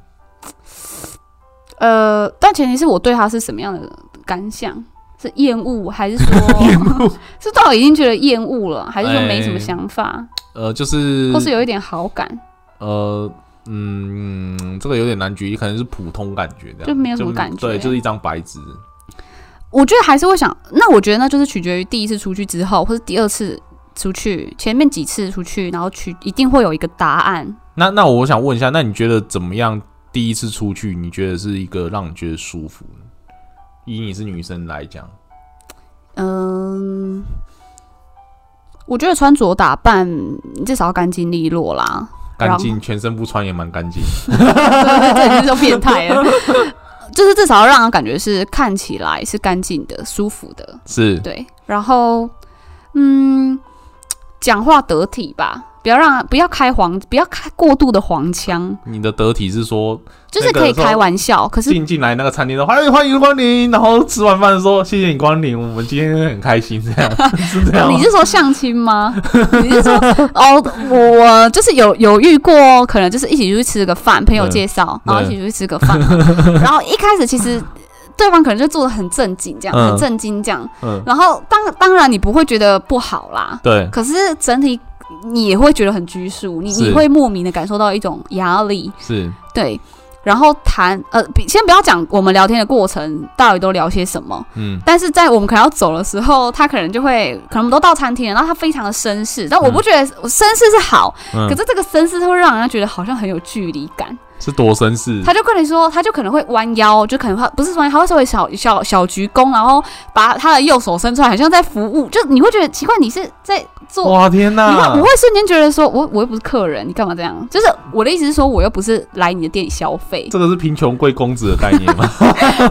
S2: 呃，但前提是我对他是什么样的感想，是厌恶还是 说 是到已经觉得厌恶了，还是说没什么想法，
S1: 呃，哎就是
S2: 或是有一点好感，
S1: 呃，嗯，这个有点难举例，可能是普通感觉这样，
S2: 就没有什么感觉
S1: 对，就是一张白纸。
S2: 我觉得还是会想。那我觉得那就是取决于第一次出去之后，或是第二次出去，前面几次出去，然后取一定会有一个答案。
S1: 那那我想问一下，那你觉得怎么样？第一次出去，你觉得是一个让你觉得舒服呢？以你是女生来讲，
S2: 嗯，我觉得穿着打扮你至少要干净利落啦。
S1: 干净，全身不穿也蛮干净 的。
S2: 这已经是变态 了。就是至少要让人感觉是看起来是干净的、舒服的，
S1: 是，
S2: 对。然后，嗯，讲话得体吧，不要让不要开黄，不要开过度的黄腔，
S1: 你的得体是说
S2: 就是可以开玩笑，可是
S1: 进进来那个餐厅说欢迎欢迎光临，然后吃完饭说谢谢你光临，我们今天很开心，这 样是这样吗
S2: 哦你。是说相 亲吗？你是说哦，我就是有有遇过，可能就是一起出去吃个饭，朋友介绍，
S1: 对
S2: 然后一起出去吃个饭， 然后一开始其实。对方可能就做的很正经，这样、
S1: 嗯
S2: 很震惊这样。
S1: 嗯，
S2: 然后当当然你不会觉得不好啦，
S1: 对，
S2: 可是整体你也会觉得很拘束，你
S1: 是
S2: 你会莫名的感受到一种压力。
S1: 是
S2: 对，然后谈呃，比先不要讲我们聊天的过程到底都聊些什么，
S1: 嗯，
S2: 但是在我们可能要走的时候，他可能就会，可能我们都到餐厅了，然后他非常的绅士，但我不觉得绅士是好，
S1: 嗯
S2: 可是这个绅士会让人家觉得好像很有距离感，
S1: 是多绅士，
S2: 他就跟你说，他就可能会弯腰，就可能他不是弯腰，他会稍微小小小鞠躬，然后把他的右手伸出来，好像在服务，就你会觉得奇怪，你是在做
S1: 哇天
S2: 你看，
S1: 哪
S2: 我！会瞬间觉得说，我我又不是客人，你干嘛这样？就是我的意思是说，我又不是来你的店里消 费，
S1: 这个是贫穷贵公子的概念吗？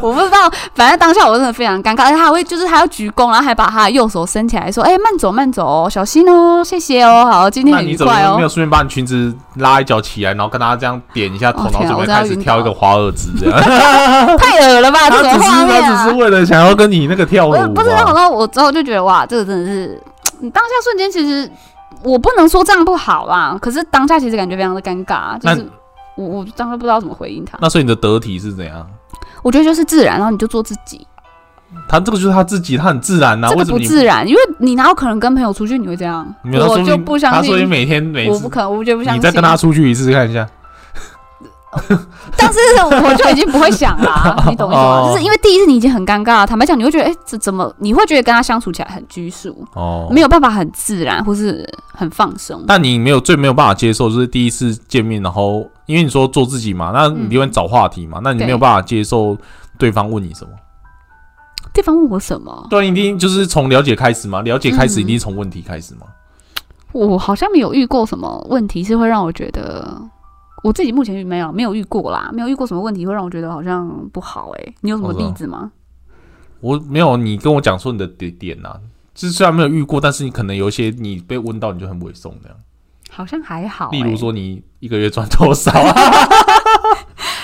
S2: 我不知道。反正当下我真的非常尴尬，而且他还会就是他要鞠躬，然后还把他的右手伸起来说：“哎、慢走，慢走哦，小心哦，谢谢哦，好， 今天
S1: 那
S2: 很
S1: 你
S2: 愉
S1: 怎么
S2: 快哦
S1: 没。有顺便把你裙子拉一角起来，然后跟他这样点一下头，
S2: 哦
S1: 然后
S2: 天啊
S1: 准备
S2: 我真的要
S1: 开始
S2: 晕
S1: 挑一
S2: 倒
S1: 个花二子这样？
S2: 太恶了吧，这
S1: 他只
S2: 个
S1: 是
S2: 画面、
S1: 他只
S2: 啊
S1: 是！为了想要跟你那个跳舞
S2: 我也不知道，
S1: 啊
S2: 然后我之后就觉得哇，这个真的是，你当下瞬间其实我不能说这样不好啦，可是当下其实感觉非常的尴尬，啊就
S1: 那
S2: 是我我当时不知道怎么回应他。
S1: 那所以你的得体是怎样？
S2: 我觉得就是自然，然后你就做自己。
S1: 他这个就是他自己，他很自然呐、
S2: 这
S1: 为
S2: 个
S1: 什么
S2: 不
S1: 你
S2: 自然，因为你哪有可能跟朋友出去你会这样？
S1: 没有他说
S2: 我
S1: 明
S2: 就不相
S1: 他所以
S2: 信，
S1: 每天每
S2: 我
S1: 次
S2: 不可能，我绝对不相
S1: 你
S2: 信。啊
S1: 再跟他，出去一次看一下，
S2: 但是我就已经不会想啦，你懂我意思吗？
S1: 哦
S2: 就是因为第一次你已经很尴尬，坦白讲，你会觉得，哎、这怎么？你会觉得跟他相处起来很拘束，
S1: 哦，
S2: 没有办法很自然，或是很放松。
S1: 但你没有最没有办法接受，就是第一次见面，然后因为你说做自己嘛，那
S2: 嗯
S1: 你永远找话题嘛，那你没有办法接受对方问你什么。
S2: 对方问我什么，
S1: 对，啊一定就是从了解开始嘛，了解开始
S2: 嗯
S1: 一定是从问题开始嘛。
S2: 我好像没有遇过什么问题是会让我觉得。我自己目前没有没有遇过啦，没有遇过什么问题会让我觉得好像不好哎、你有什么
S1: 我知道
S2: 例子吗？
S1: 我没有，你跟我讲说你的点点呐、啊，就是虽然没有遇过，但是你可能有一些你被问到你就很委送这样。
S2: 好像还好、
S1: 例如
S2: 欸
S1: 说你一个月赚多少 啊？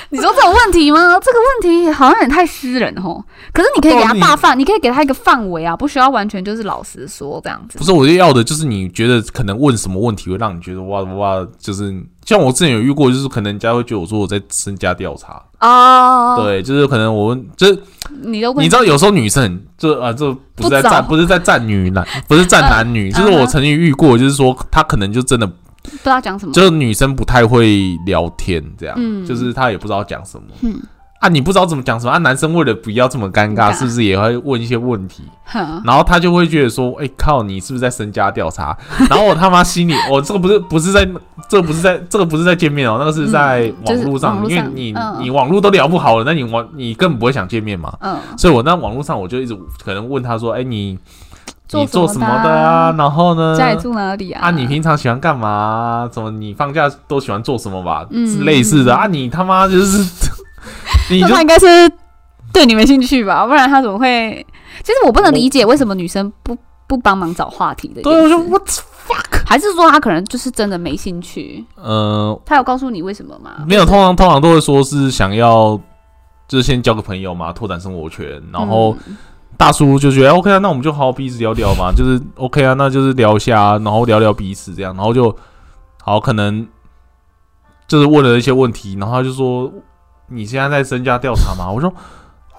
S2: 你说这种问题吗？这个问题好像也太私人哦。可是你可以给他大范，你可以给他一个范围啊，不需要完全就是老实说这样子
S1: 不。是，我就要的就是你觉得可能问什么问题会让你觉得哇哇，就是像我之前有遇过，就是可能人家会觉得我说我在身家调查，
S2: 哦，
S1: 对，就是可能我问，就是
S2: 你都问
S1: 你知道有时候女生很这啊这不是在
S2: 不找
S1: 站不是在站女 男，不是站男女，就是我
S2: 嗯哼嗯
S1: 曾经遇过，就是说她可能就真的
S2: 不知道讲什么，
S1: 就是女生不太会聊天，这样，
S2: 嗯
S1: 就是她也不知道讲什么，
S2: 嗯
S1: 啊，你不知道怎么讲什么，啊，男生为了不要这么尴
S2: 尴
S1: 尬，
S2: 尬嗯
S1: 是不是也会问一些问题？
S2: 哼，
S1: 然后他就会觉得说，哎、靠，你是不是在身家调查？ 然后我他妈心里，我、这个不是不是在，这个不是在，这个不是在见面哦，那个是在
S2: 嗯就是
S1: 网络上，
S2: 网络
S1: 因为
S2: 上
S1: 你、
S2: 嗯
S1: 你网络都聊不好了，那你网你根本不会想见面嘛。
S2: 嗯，
S1: 所以我在网络上我就一直可能问他说，哎、你
S2: 做
S1: 你
S2: 什么
S1: 做
S2: 的
S1: 什么的啊？然后呢？
S2: 家里住哪里啊？
S1: 啊，你平常喜欢干嘛啊？怎么你放假都喜欢做什么吧？
S2: 嗯
S1: 类似的啊，你他妈就是 你
S2: 那
S1: 就
S2: 他应该是对你没兴趣吧？不然他怎么会？其实我不能理解为什么女生不不帮忙找话题的，
S1: 对，啊我就我
S2: 还是说他可能就是真的没兴趣？
S1: 呃
S2: 他有告诉你为什么吗？
S1: 没有，通常通常都会说是想要就是先交个朋友嘛，拓展生活圈，然后
S2: 嗯
S1: 大叔就觉得、OK 啊，那我们就好好彼此聊聊嘛，就是 OK 啊，那就是聊一下啊，然后聊聊彼此这样，然后就好可能就是问了一些问题，然后他就说你现在在身家调查吗？我说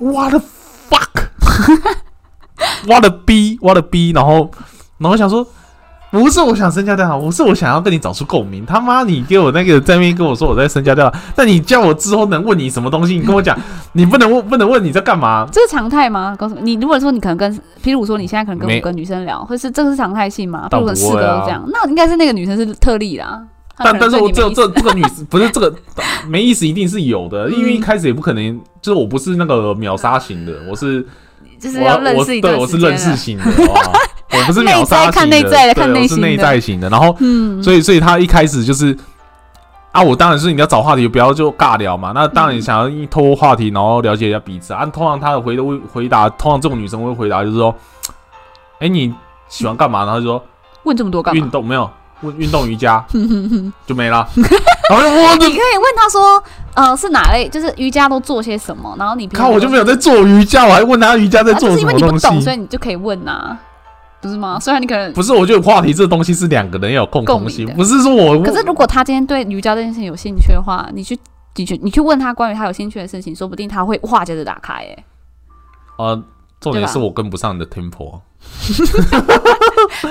S1: What the fuck，What the B，What the B，然后然后我想说。不是我想身家调查，不是我想要跟你找出共鸣。他妈，你给我那个在那边跟我说我在身家调查，但你叫我之后能问你什么东西？你跟我讲，你不能问，不能问你在干嘛？
S2: 这是常态吗？告诉我你，如果说你可能跟，譬如说你现在可能跟
S1: 没
S2: 五个女生聊，或是这个是常态性吗？譬
S1: 倒
S2: 如
S1: 不会
S2: 说
S1: 啊
S2: 四个都这样，那应该是那个女生是特例啦。她
S1: 但
S2: 可能
S1: 但是
S2: 对
S1: 我这
S2: 你没意思
S1: 这这个女 生不是这个没意思，一定是有的，因为一
S2: 嗯
S1: 开始也不可能，就是我不是那个秒杀型的，我是
S2: 就是
S1: 我
S2: 要认
S1: 我
S2: 识一
S1: 对
S2: 段
S1: 我是
S2: 时间啊了
S1: 认识型的，哦我不是秒杀型的，
S2: 内在看内在的
S1: 对
S2: 看内
S1: 我是
S2: 心的
S1: 内在型的。然后
S2: 嗯，
S1: 所以所以他一开始就是啊，我当然是你要找话题，不要就尬聊嘛。那当
S2: 嗯
S1: 然想要透过话题，然后了解一下彼此啊。通常他的回回回答，通常这种女生会回答就是说，哎、你喜欢干嘛？然后就说
S2: 问这么多干嘛
S1: 运？动没有。问运动瑜 伽就没了，然后就我的
S2: 你可以问他说，呃，是哪类？就是瑜伽都做些什么？然后你平
S1: 看
S2: 常
S1: 我就没有在做瑜伽，我还问他瑜伽在
S2: 啊
S1: 做
S2: 就是
S1: 什
S2: 因为
S1: 么
S2: 你不
S1: 东
S2: 懂，所以
S1: 西。
S2: 你就可以问呐、不是吗？虽然你可能，
S1: 不是，我觉得话题这东西是两个人要有共同性，
S2: 共鸣的
S1: 不是说我。
S2: 可是如果他今天对瑜伽这件事情有兴趣的话，你去。你去你去问他关于他有兴趣的事情，说不定他会哇接着打开哎、
S1: 呃，重
S2: 对
S1: 点
S2: 吧
S1: 是我跟不上你的 tempo。啊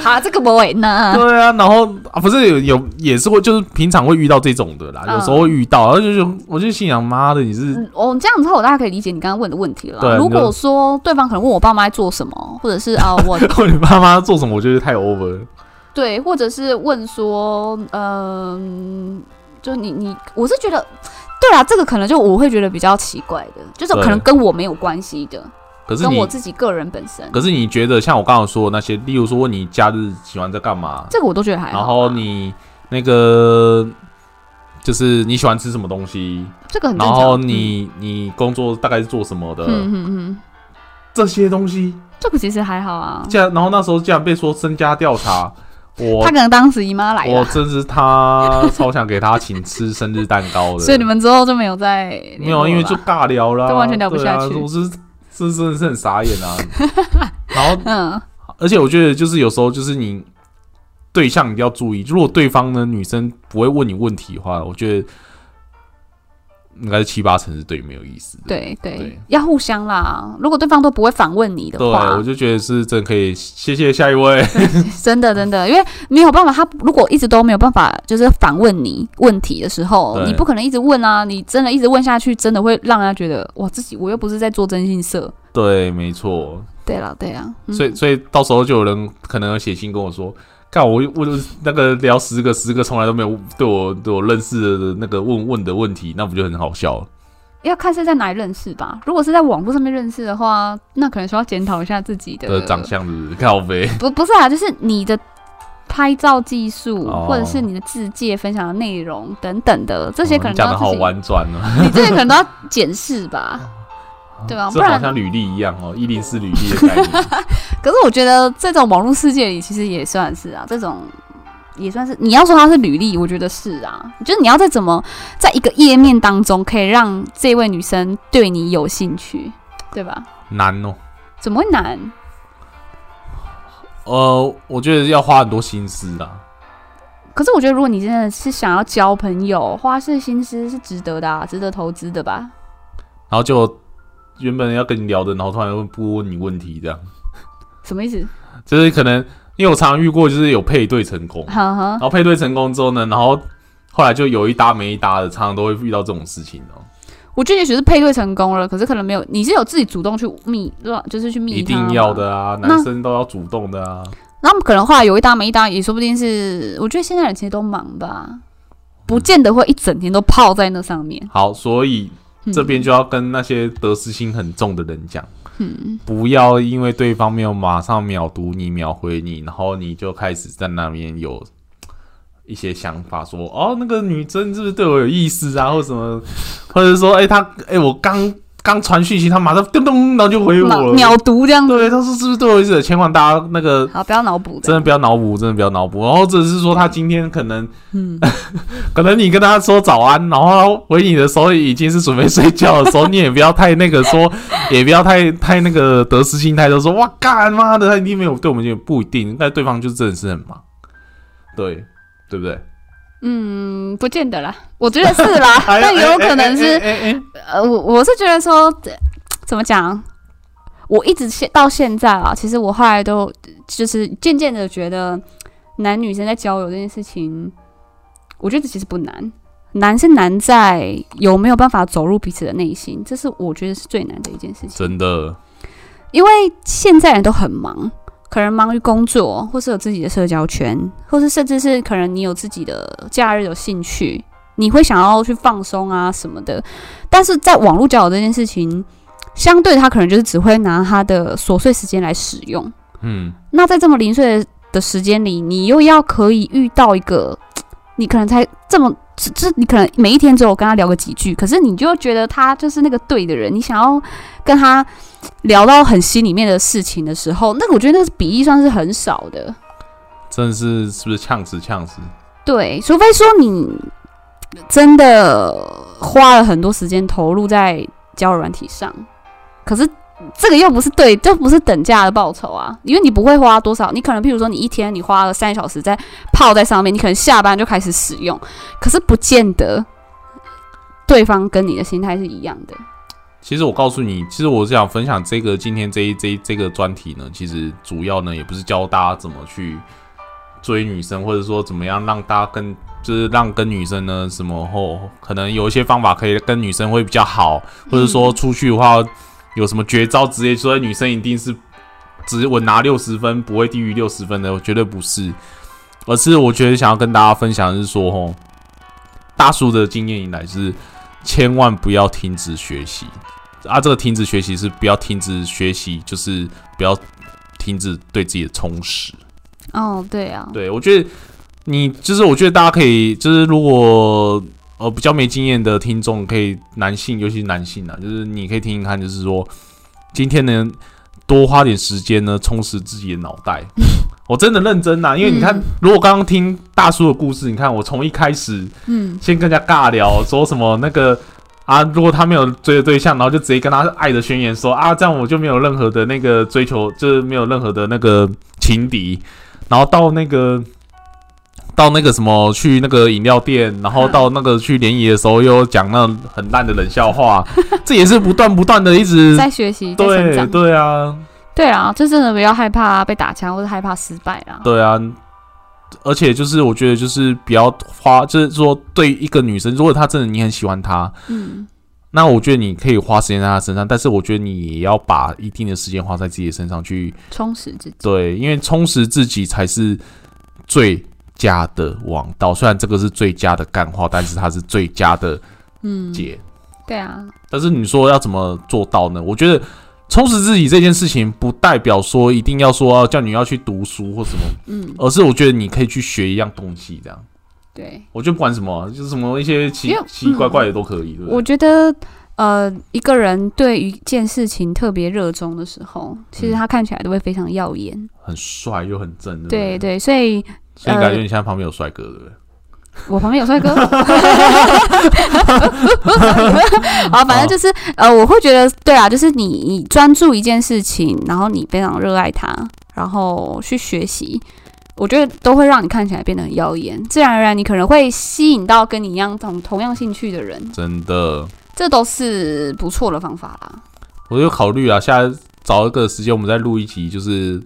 S2: 好、啊这个不会呢，
S1: 对啊，然后啊，不是有有也是会，就是平常会遇到这种的啦，
S2: 嗯
S1: 有时候会遇到，然后就是我就心想，妈的，你是
S2: 嗯我、这样之后我大概可以理解你刚刚问的问题
S1: 对
S2: 了。如
S1: 你就
S2: 果说对方可能问我爸妈在做什么，或者 是啊、我
S1: 你爸妈做什么？我觉得太 over 了。
S2: 对，或者是问说，嗯、就你你，我是觉得，对啊啦，这个可能就我会觉得比较奇怪的，就是
S1: 对
S2: 可能跟我没有关系的，
S1: 可是
S2: 跟
S1: 你
S2: 我，自己个人本身，
S1: 可是你觉得像我刚刚说的那些，例如说你假日喜欢在干嘛，
S2: 这个我都觉得还好。啊
S1: 然后你那个就是你喜欢吃什么东西，
S2: 这个很正
S1: 然
S2: 常。嗯
S1: 后你、呃你工作大概是做什么的、
S2: 嗯，嗯嗯嗯，
S1: 这些东西，
S2: 这个其实还好啊。
S1: 竟然然后那时候竟然被说身家调查，
S2: 他
S1: 我
S2: 可能当时姨妈来啊
S1: 我
S2: 了，
S1: 真是他超想给他请吃生日蛋糕的，
S2: 所以你们之后就没有再
S1: 没有，因为就尬聊啦，
S2: 都完全聊不
S1: 对啊
S2: 下去
S1: 我是这真的是很傻眼 啊。然后，
S2: 嗯
S1: 而且我觉得就是有时候就是你对象你要注意，如果对方呢女生不会问你问题的话，我觉得应该是七八成是对没有意思的。
S2: 对对
S1: 对，
S2: 要互相啦。如果对方都不会反问你的
S1: 对，
S2: 话
S1: 我，就觉得是真的可以，谢谢下一位。
S2: 真的真的，因为没有办法，他如果一直都没有办法，就是反问你问题的时候，
S1: 对
S2: 你不可能一直问啊，你真的一直问下去，真的会让人家觉得哇，自己我又不是在做真心社。
S1: 对，没错。
S2: 对了对了，嗯
S1: 所以，所以到时候就有人可能写信跟我说：“干，我我那个聊十个，十个从来都没有对我对我认识的那个问问的问题，那不就很好笑了？
S2: 要看是在哪里认识吧。如果是在网络上面认识的话，那可能需要检讨一下自己
S1: 的
S2: 的
S1: 长。相是不是靠呗？
S2: 不不是啊，就是你的拍照技术，
S1: 哦
S2: 或者是你的自介分享的内容等等的，这些可能都
S1: 讲
S2: 要
S1: 的好
S2: 自己，
S1: 婉转哦，
S2: 你 这些可能都要检视吧。对啊
S1: 这
S2: 不然
S1: 好像履历一样哦，一零四履历的概念。
S2: 可是我觉得这种网络世界里，其实也算是啊，这种也算是你要说它是履历，我觉得是啊，就是你要在怎么在一个页面当中，可以让这位女生对你有兴趣，对吧？
S1: 难哦。
S2: 怎么会难？
S1: 呃，我觉得要花很多心思啦。
S2: 可是我觉得，如果你真的是想要交朋友，花式心思是值得的、啊，值得投资的吧？
S1: 然后就原本要跟你聊的，然后突然又不问你问题，这样
S2: 什么意思？
S1: 就是可能因为我常常遇过，就是有配对成功，
S2: 哈哈
S1: 然，后配对成功之后呢，然后后来就有一搭没一搭的，常常都会遇到这种事情哦、
S2: 我觉得也许是配对成功了，可是可能没有，你是有自己主动去密，就是去密，
S1: 一定要。的啊，
S2: 那
S1: 男生都要主动的啊。
S2: 然后可能后来有一搭没一搭，也说不定是，我觉得现在人其实都忙吧，不见得会一整天都泡在那上面。
S1: 好，所以
S2: 嗯
S1: 这边就要跟那些得失心很重的人讲，
S2: 嗯
S1: 不要因为对方没有马上秒读你、秒回你，然后你就开始在那边有一些想法说，哦，那个女生是不是对我有意思啊，或什么，或者说，哎、她，哎、我刚刚传讯息，她马上咚咚，然后就回我
S2: 秒
S1: 了，
S2: 秒读这样子，
S1: 对，她说是不是对我有意思？千万大家那个
S2: 好，不要脑补
S1: 真的不要脑补，真的不要脑补。然后只是说他今天可能，
S2: 嗯
S1: 可能你跟他说早安，然后他回你的时候已经是准备睡觉的时候，你也不要太那个说， 也不要太太那个得失心太重，说哇干妈的他一定没有对我们也不一定，但对方就真的是很忙，对对不对？
S2: 嗯，不见得啦，我觉得是 啦，但也有可能是
S1: 哎哎哎哎哎
S2: 呃，我我是觉得说，呃怎么讲？我一直现到现在啊，其实我后来都就是渐渐的觉得，男女生在交友这件事情，我觉得其实不难，难是难在有没有办法走入彼此的内心，这是我觉得是最难的一件事情。
S1: 真的
S2: 因为现在人都很忙，可能忙于工作，或是有自己的社交圈，或是甚至是可能你有自己的假日有兴趣，你会想要去放松啊什么的。但是在网络交友这件事情，相对他可能就是只会拿他的琐碎时间来使用。
S1: 嗯，
S2: 那在这么零碎的时间里，你又要可以遇到一个，你可能才这么，这这你可能每一天只有跟他聊个几句，可是你就觉得他就是那个对的人，你想要跟他聊到很心里面的事情的时候，那个我觉得那个比例算是很少的。
S1: 真的是是不是呛死呛死？
S2: 对，除非说你真的花了很多时间投入在交友软体上，可是这个又不是对，这不是等价的报酬啊，因为你不会花多少，你可能譬如说你一天你花了三小时在泡在上面，你可能下班就开始使用，可是不见得对方跟你的心态是一样的。
S1: 其实我告诉你，其实我是想分享这个今天这一这一这个专题呢，其实主要呢也不是教大家怎么去追女生，或者说怎么样让大家跟就是让跟女生呢什么后，可能有一些方法可以跟女生会比较好，或者说出去的话有什么绝招直接说女生一定是只稳拿六十分，不会低于六十分的，我绝对不是，而是我觉得想要跟大家分享的是说吼，大叔的经验以来是千万不要停止学习。啊，这个停止学习是不要停止学习，就是不要停止对自己的充实。
S2: 哦，对啊，
S1: 对我觉得你就是，我觉得大家可以就是，如果呃比较没经验的听众，可以男性，尤其是男性啊，就是你可以听听看，就是说今天呢多花点时间呢，充实自己的脑袋。我真的认真呐、啊因为你看，
S2: 嗯
S1: 如果刚刚听大叔的故事，你看我从一开始
S2: 嗯，
S1: 先跟人家尬聊，说什么那个啊，如果他没有追的对象，然后就直接跟他爱的宣言说啊，这样我就没有任何的那个追求，就是没有任何的那个情敌，然后到那个。到那个什么去那个饮料店，然后到那个去联谊的时候，又讲那种很烂的冷笑 话，这也是不断不断的一直
S2: 在学习，在成
S1: 对
S2: 长，
S1: 对啊，
S2: 对啊，就真的不要害怕被打枪或者害怕失败啦。
S1: 对啊，而且就是我觉得就是不要花，就是说对一个女生，如果她真的你很喜欢她，
S2: 嗯，
S1: 那我觉得你可以花时间在他身上，但是我觉得你也要把一定的时间花在自己的身上去，
S2: 充实自己。
S1: 对，因为充实自己才是最佳的王道。虽然这个是最佳的干话，但是它是最佳的
S2: 嗯，
S1: 解。
S2: 对啊，
S1: 但是你说要怎么做到呢？我觉得充实自己这件事情，不代表说一定要说要叫你要去读书或什么，
S2: 嗯，
S1: 而是我觉得你可以去学一样东西，这样。
S2: 对，
S1: 我就不管什么，就是什么一些奇
S2: 因为
S1: 奇奇怪怪的都可以，对不
S2: 嗯我
S1: 对？
S2: 觉得呃，一个人对于一件事情特别热衷的时候，其实他看起来都会非常耀眼。
S1: 很帅又很正，对不
S2: 对呃对，所以
S1: 所以感觉你现在旁边有帅哥，对不对？
S2: 我旁边有帅哥。 好，反正就是呃，我会觉得对啊，就是你你专注一件事情，然后你非常热爱它，然后去学习。我觉得都会让你看起来变得很耀眼，自然而然你可能会吸引到跟你一样同同样兴趣的人，
S1: 真的，
S2: 这都是不错的方法啦。
S1: 我就考虑啊，下次找一个时间我们再录一集，就是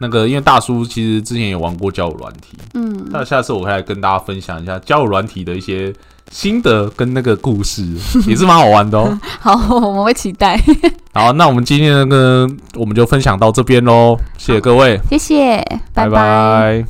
S1: 那个，因为大叔其实之前也玩过交友软体，
S2: 嗯，
S1: 那下次我可以来跟大家分享一下交友软体的一些心得跟那个故 事，也是蛮好玩的哦。
S2: 好，我们会期待，
S1: 好，那我们今天呢，我们就分享到这边喽，谢谢各位，
S2: 谢谢，拜
S1: 拜